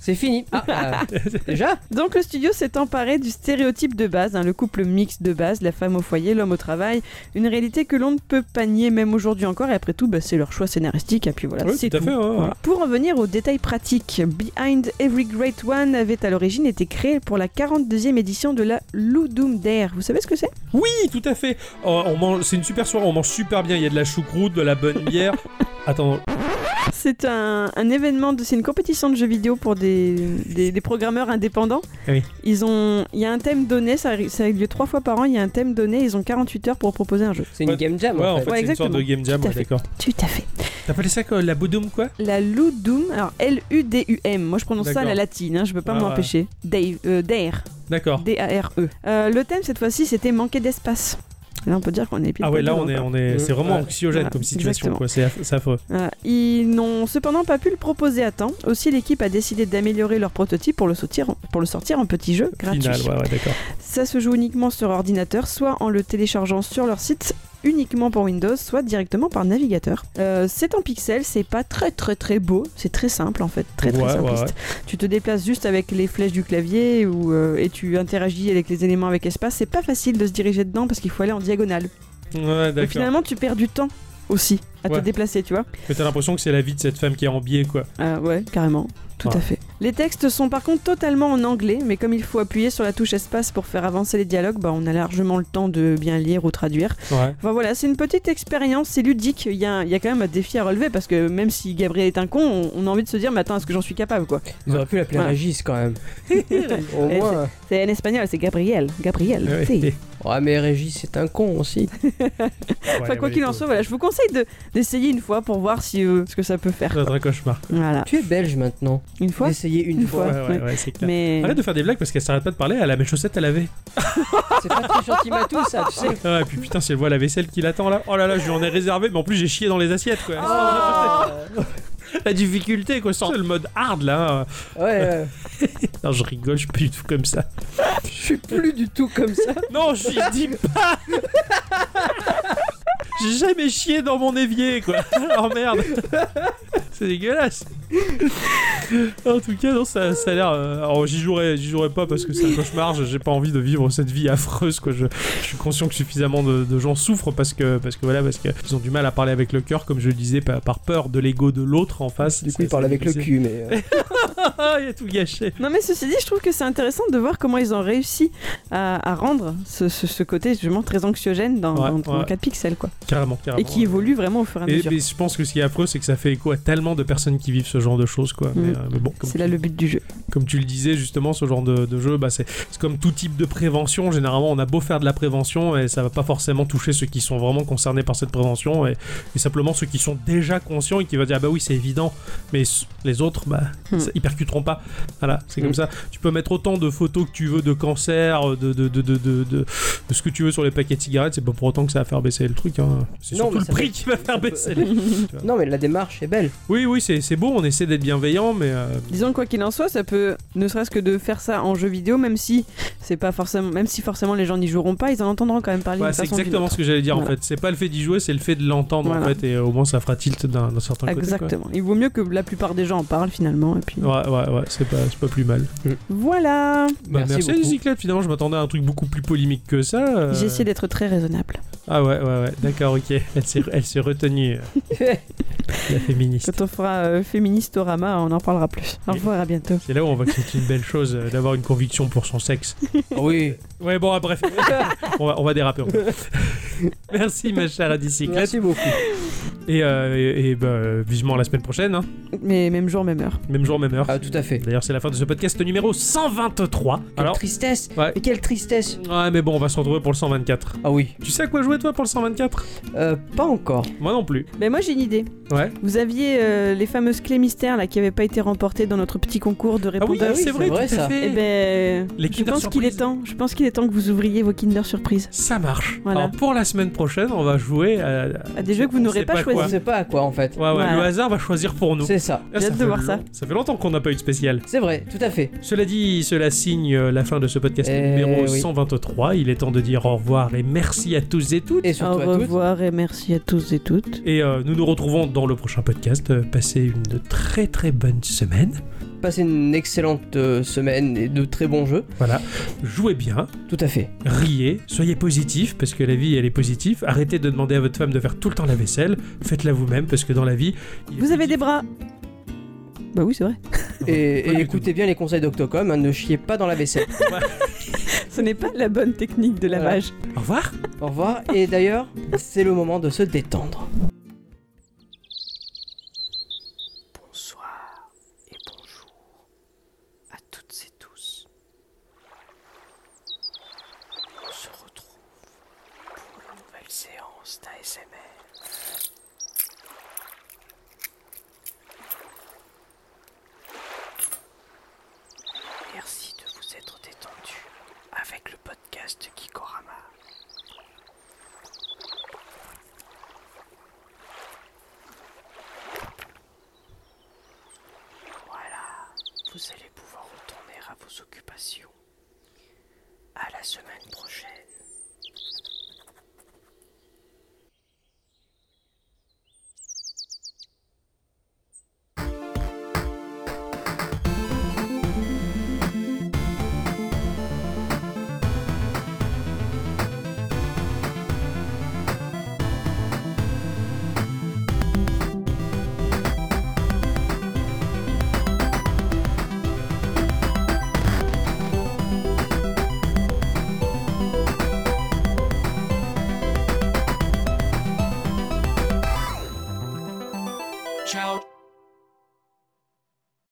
A: c'est fini. Ah, ah, déjà
C: Donc le studio s'est emparé du stéréotype de base, hein, le couple mixte de base, la femme au foyer, l'homme au travail, une réalité que l'on ne peut pas nier même aujourd'hui encore, et après tout bah, c'est leur choix scénaristique, et puis voilà,
B: Ouais,
C: c'est
B: tout à fait. hein.
C: voilà. Pour en venir aux détails pratiques, Behind Every Great One avait à l'origine été créé pour la 42e édition de la Ludum Dare. Vous savez ce que c'est
B: Oui, tout à fait. Oh, on mange, c'est une super soirée, on mange super bien. Il y a de la choucroute, de la bonne bière. Attends,
C: Ah, C'est un, un événement, de, c'est une compétition de jeux vidéo pour des, des- des programmeurs indépendants.
B: Ah oui.
C: Ils ont, il y a un thème donné, ça, ça a lieu trois fois par an, il y a un thème donné, ils ont 48 heures pour proposer un jeu.
A: C'est une
B: Ouais,
A: game jam
B: ouais,
A: en
B: en
A: fait.
B: fait,
C: Ouais,
B: c'est une sorte
C: exactement.
B: de game jam.
C: Tout à
B: ouais,
C: fait.
B: D'accord.
C: Tout à fait.
B: T'appelais ça quoi, euh, la bodum quoi
C: La Ludum, alors L-U-D-U-M, moi je prononce ça à la
B: D'accord.
C: latine, hein, je peux pas
B: Ah ouais.
C: m'empêcher. Dave, euh, Dare,
B: D'accord.
C: D-A-R-E. Euh, le thème cette fois-ci c'était manquer d'espace. Là on peut dire qu'on est pile
B: Ah ouais,
C: poil
B: là
C: dedans,
B: on est,
C: quoi.
B: on est, c'est vraiment
A: Ouais.
B: anxiogène
C: Voilà,
B: comme situation,
C: exactement.
B: quoi. C'est aff- c'est affreux.
C: Euh, ils n'ont cependant pas pu le proposer à temps, aussi l'équipe a décidé d'améliorer leur prototype pour le sortir, pour le sortir en petit jeu gratuit.
B: Final, ouais, ouais, d'accord.
C: Ça se joue uniquement sur ordinateur, soit en le téléchargeant sur leur site uniquement pour Windows, soit directement par navigateur. Euh, c'est en pixels, c'est pas très très très beau, c'est très simple en fait, très très
B: Ouais, ouais,
C: simpliste.
B: ouais.
C: Tu te déplaces juste avec les flèches du clavier ou, euh, et tu interagis avec les éléments avec espace. C'est pas facile de se diriger dedans parce qu'il faut aller en diagonale.
B: Ouais,
C: Et
B: d'accord.
C: finalement, tu perds du temps aussi à
B: Ouais.
C: te déplacer, tu vois.
B: Mais t'as l'impression que c'est la vie de cette femme qui est en biais, quoi.
C: Ah ouais, carrément. Tout
B: Ouais.
C: à fait. Les textes sont par contre totalement en anglais, mais comme il faut appuyer sur la touche espace pour faire avancer les dialogues, bah, on a largement le temps de bien lire ou traduire.
B: Ouais.
C: Enfin voilà, c'est une petite expérience, c'est ludique, il y a, il y a quand même un défi à relever parce que même si Gabriel est un con, on, on a envie de se dire, mais attends, est-ce que j'en suis capable quoi
A: Ils auraient pu l'appeler
C: Ouais.
A: Régis quand même. Au
C: Et
A: moins.
C: C'est en espagnol, c'est Gabriel, Gabriel.
B: Ouais,
C: si.
B: ouais,
A: Ouais, mais Régis, c'est un con aussi.
C: Enfin quoi
B: ouais,
C: qu'il en
B: faut-
C: soit, voilà, je vous conseille de- d'essayer une fois pour voir si, euh, ce que ça peut faire.
B: C'est un cauchemar.
C: Voilà,
A: Tu es belge maintenant.
C: une fois,
A: Essayez une,
C: Une
A: fois.
B: Ouais,
C: Ouais,
B: ouais,
C: ouais.
B: ouais, c'est clair.
C: mais...
B: Arrête de faire des blagues parce qu'elle s'arrête pas de parler, elle a mes chaussettes à laver.
A: C'est pas très gentil Matou ça, tu sais.
B: Ah, et
C: Oh.
B: puis putain, si elle voit la vaisselle qui l'attend là, oh là là, je lui en ai réservé, mais en plus j'ai chié dans les assiettes quoi.
C: Oh.
B: la difficulté quoi, sans le mode hard là.
A: Ouais, ouais,
B: Non, je rigole, je suis plus du tout comme ça.
A: je suis plus du tout comme ça.
B: Non, je suis- dis pas J'ai jamais chié dans mon évier, quoi. Oh merde C'est dégueulasse En tout cas, non, ça, ça a l'air. euh, alors, j'y jouerai, j'y jouerai pas parce que c'est un cauchemar. j'ai- J'ai pas envie de vivre cette vie affreuse. Quoi. Je, je suis conscient que suffisamment de, de gens souffrent parce que, parce que voilà, parce qu'ils ont du mal à parler avec le cœur, comme je le disais, par, par peur de l'ego de l'autre en face.
A: Du coup,
B: Ça-
A: il parle
B: ça-
A: avec le
B: c'est-
A: cul, mais. euh,
B: Ah, il a tout gâché.
C: Non mais ceci dit, je trouve que c'est intéressant de voir comment ils ont réussi à, à rendre ce, ce- ce côté justement très anxiogène dans,
B: Ouais,
C: dans- dans
B: ouais.
C: 4 pixels quoi.
B: Carrément, carrément.
C: et qui évolue vraiment au fur et à
B: Et-
C: mesure.
B: mais je pense que ce qui est affreux, c'est que ça fait écho à tellement de personnes qui vivent ce genre de choses, quoi. Mais,
C: Mm.
B: euh, mais bon, comme
C: C'est là le but du jeu.
B: comme tu le disais justement ce genre de, de jeu bah c'est c'est comme tout type de prévention généralement on a beau faire de la prévention et ça va pas forcément toucher ceux qui sont vraiment concernés par cette prévention et, et simplement ceux qui sont déjà conscients et qui vont dire ah bah oui c'est évident mais s- les autres bah
C: Hmm.
B: ça- ils percuteront pas voilà c'est
A: Hmm.
B: comme ça tu peux mettre autant de photos que tu veux de cancer euh, de de, de, de, de, de- de ce que tu veux sur les paquets de cigarettes c'est pas pour autant que ça va faire baisser le truc hein. c'est
A: Non,
B: surtout
A: mais
B: le
A: ça
B: prix
A: peut-
B: qui va faire
A: ça peut-
B: baisser les...
A: Non, mais la démarche est belle.
B: oui oui c'est c'est beau on essaie d'être bienveillant mais euh,
C: Disons que quoi qu'il en soit, ça peut, ne serait-ce que de faire ça en jeu vidéo, même si c'est pas forcément, même si forcément les gens n'y joueront pas, ils en entendront quand même parler.
B: Ouais,
C: d'une
B: Bah, c'est
C: façon ou d'une
B: exactement
C: autre.
B: ce que j'allais dire en
C: Voilà.
B: fait. C'est pas le fait d'y jouer, c'est le fait de l'entendre en
C: Voilà.
B: fait, et euh, au moins ça fera tilt d'un d'un certain côté.
C: Exactement. Il vaut mieux que la plupart des gens en parlent finalement. Et puis
B: quoi. Ouais, ouais, ouais, c'est pas, c'est pas plus mal.
C: voilà.
B: Bah,
A: Merci
B: merci,
A: beaucoup.
B: les cyclades, finalement, je m'attendais à un truc beaucoup plus polémique que ça. euh.
C: J'ai essayé d'être très raisonnable.
B: Ah ouais, ouais, ouais, d'accord, ok. Elle s'est elle s'est retenue, euh, la féministe.
C: Quand on fera euh, féministe au Rama, on en parlera plus. Au
B: Oui.
C: revoir, à bientôt.
B: C'est là où on voit que c'est une belle chose euh, d'avoir une conviction pour son sexe.
A: oui.
B: Ouais, bon, ah, bref, on va, on va déraper. on va. Merci, ma chère Adicyclette.
A: Merci beaucoup.
B: Et, euh, et, et, bah, vivement la semaine prochaine, hein.
C: Mais même jour, même heure.
B: même jour, même heure.
A: Ah, tout à fait.
B: D'ailleurs, c'est la fin de ce podcast numéro 123.
A: Quelle
B: Alors,
A: tristesse.
B: Ouais.
A: Mais quelle tristesse.
B: ouais, mais bon, on va se retrouver pour le 124.
A: Ah oui.
B: Tu sais à quoi jouer toi pour le 124
A: Euh, pas encore.
B: Moi non plus.
C: Mais Ben, moi j'ai une idée.
B: Ouais.
C: Vous aviez euh, les fameuses clés mystères là qui n'avaient pas été remportées dans notre petit concours de
B: Ah oui,
C: répondeurs.
A: oui,
B: c'est
A: c'est
B: vrai,
A: vrai,
B: tout à
A: ça.
B: fait.
C: Eh ben,
B: Les
C: je
B: Kinder
C: pense qu'il est
B: Surprise.
C: temps. Je pense qu'il est temps que vous ouvriez vos Kinder Surprise
B: Ça marche.
C: Voilà.
B: Alors pour la semaine prochaine, on va jouer à,
C: à des jeux que vous
B: on
C: n'aurez
B: sait
C: pas,
B: pas
A: Je
C: choisi.
B: quoi.
A: sais pas à quoi en fait.
B: Ouais, ouais,
C: Voilà.
B: le hasard va choisir pour nous.
A: C'est ça.
B: Ah,
C: J'ai
B: ça
C: hâte de
B: fait
C: voir
B: long-
C: ça.
B: Ça fait longtemps qu'on n'a pas eu de spécial.
A: C'est vrai, tout à fait.
B: Cela dit, cela signe euh, la fin de ce podcast
A: Eh
B: numéro
A: oui.
B: 123. Il est temps de dire au revoir et merci à tous et toutes.
A: Et
C: Au
A: surtout à toutes.
C: revoir et merci à tous et toutes.
B: Et euh, nous nous retrouvons dans le prochain podcast. Euh, Passez une très très bonne semaine.
A: Passez une excellente euh, semaine et de très bons jeux.
B: Voilà, jouez bien,
A: Tout à fait.
B: riez, soyez positif parce que la vie elle est positive. Arrêtez de demander à votre femme de faire tout le temps la vaisselle, faites-la vous-même parce que dans la vie, il est
C: Vous avez
B: positif.
C: des bras. Bah oui, c'est vrai.
A: Et,
B: Pas
A: et
B: du
A: écoutez bien les conseils d'Octocom, hein, ne chiez pas dans la vaisselle.
C: Ce n'est pas la bonne technique de lavage.
B: Au revoir.
A: Au revoir. Et d'ailleurs, c'est le moment de se détendre.
F: Bonsoir et bonjour à toutes et tous. On se retrouve pour une nouvelle séance d'ASMR. Merci de vous être détendu avec le podcast Kikorama. Voilà, vous allez pouvoir retourner à vos occupations. À la semaine prochaine.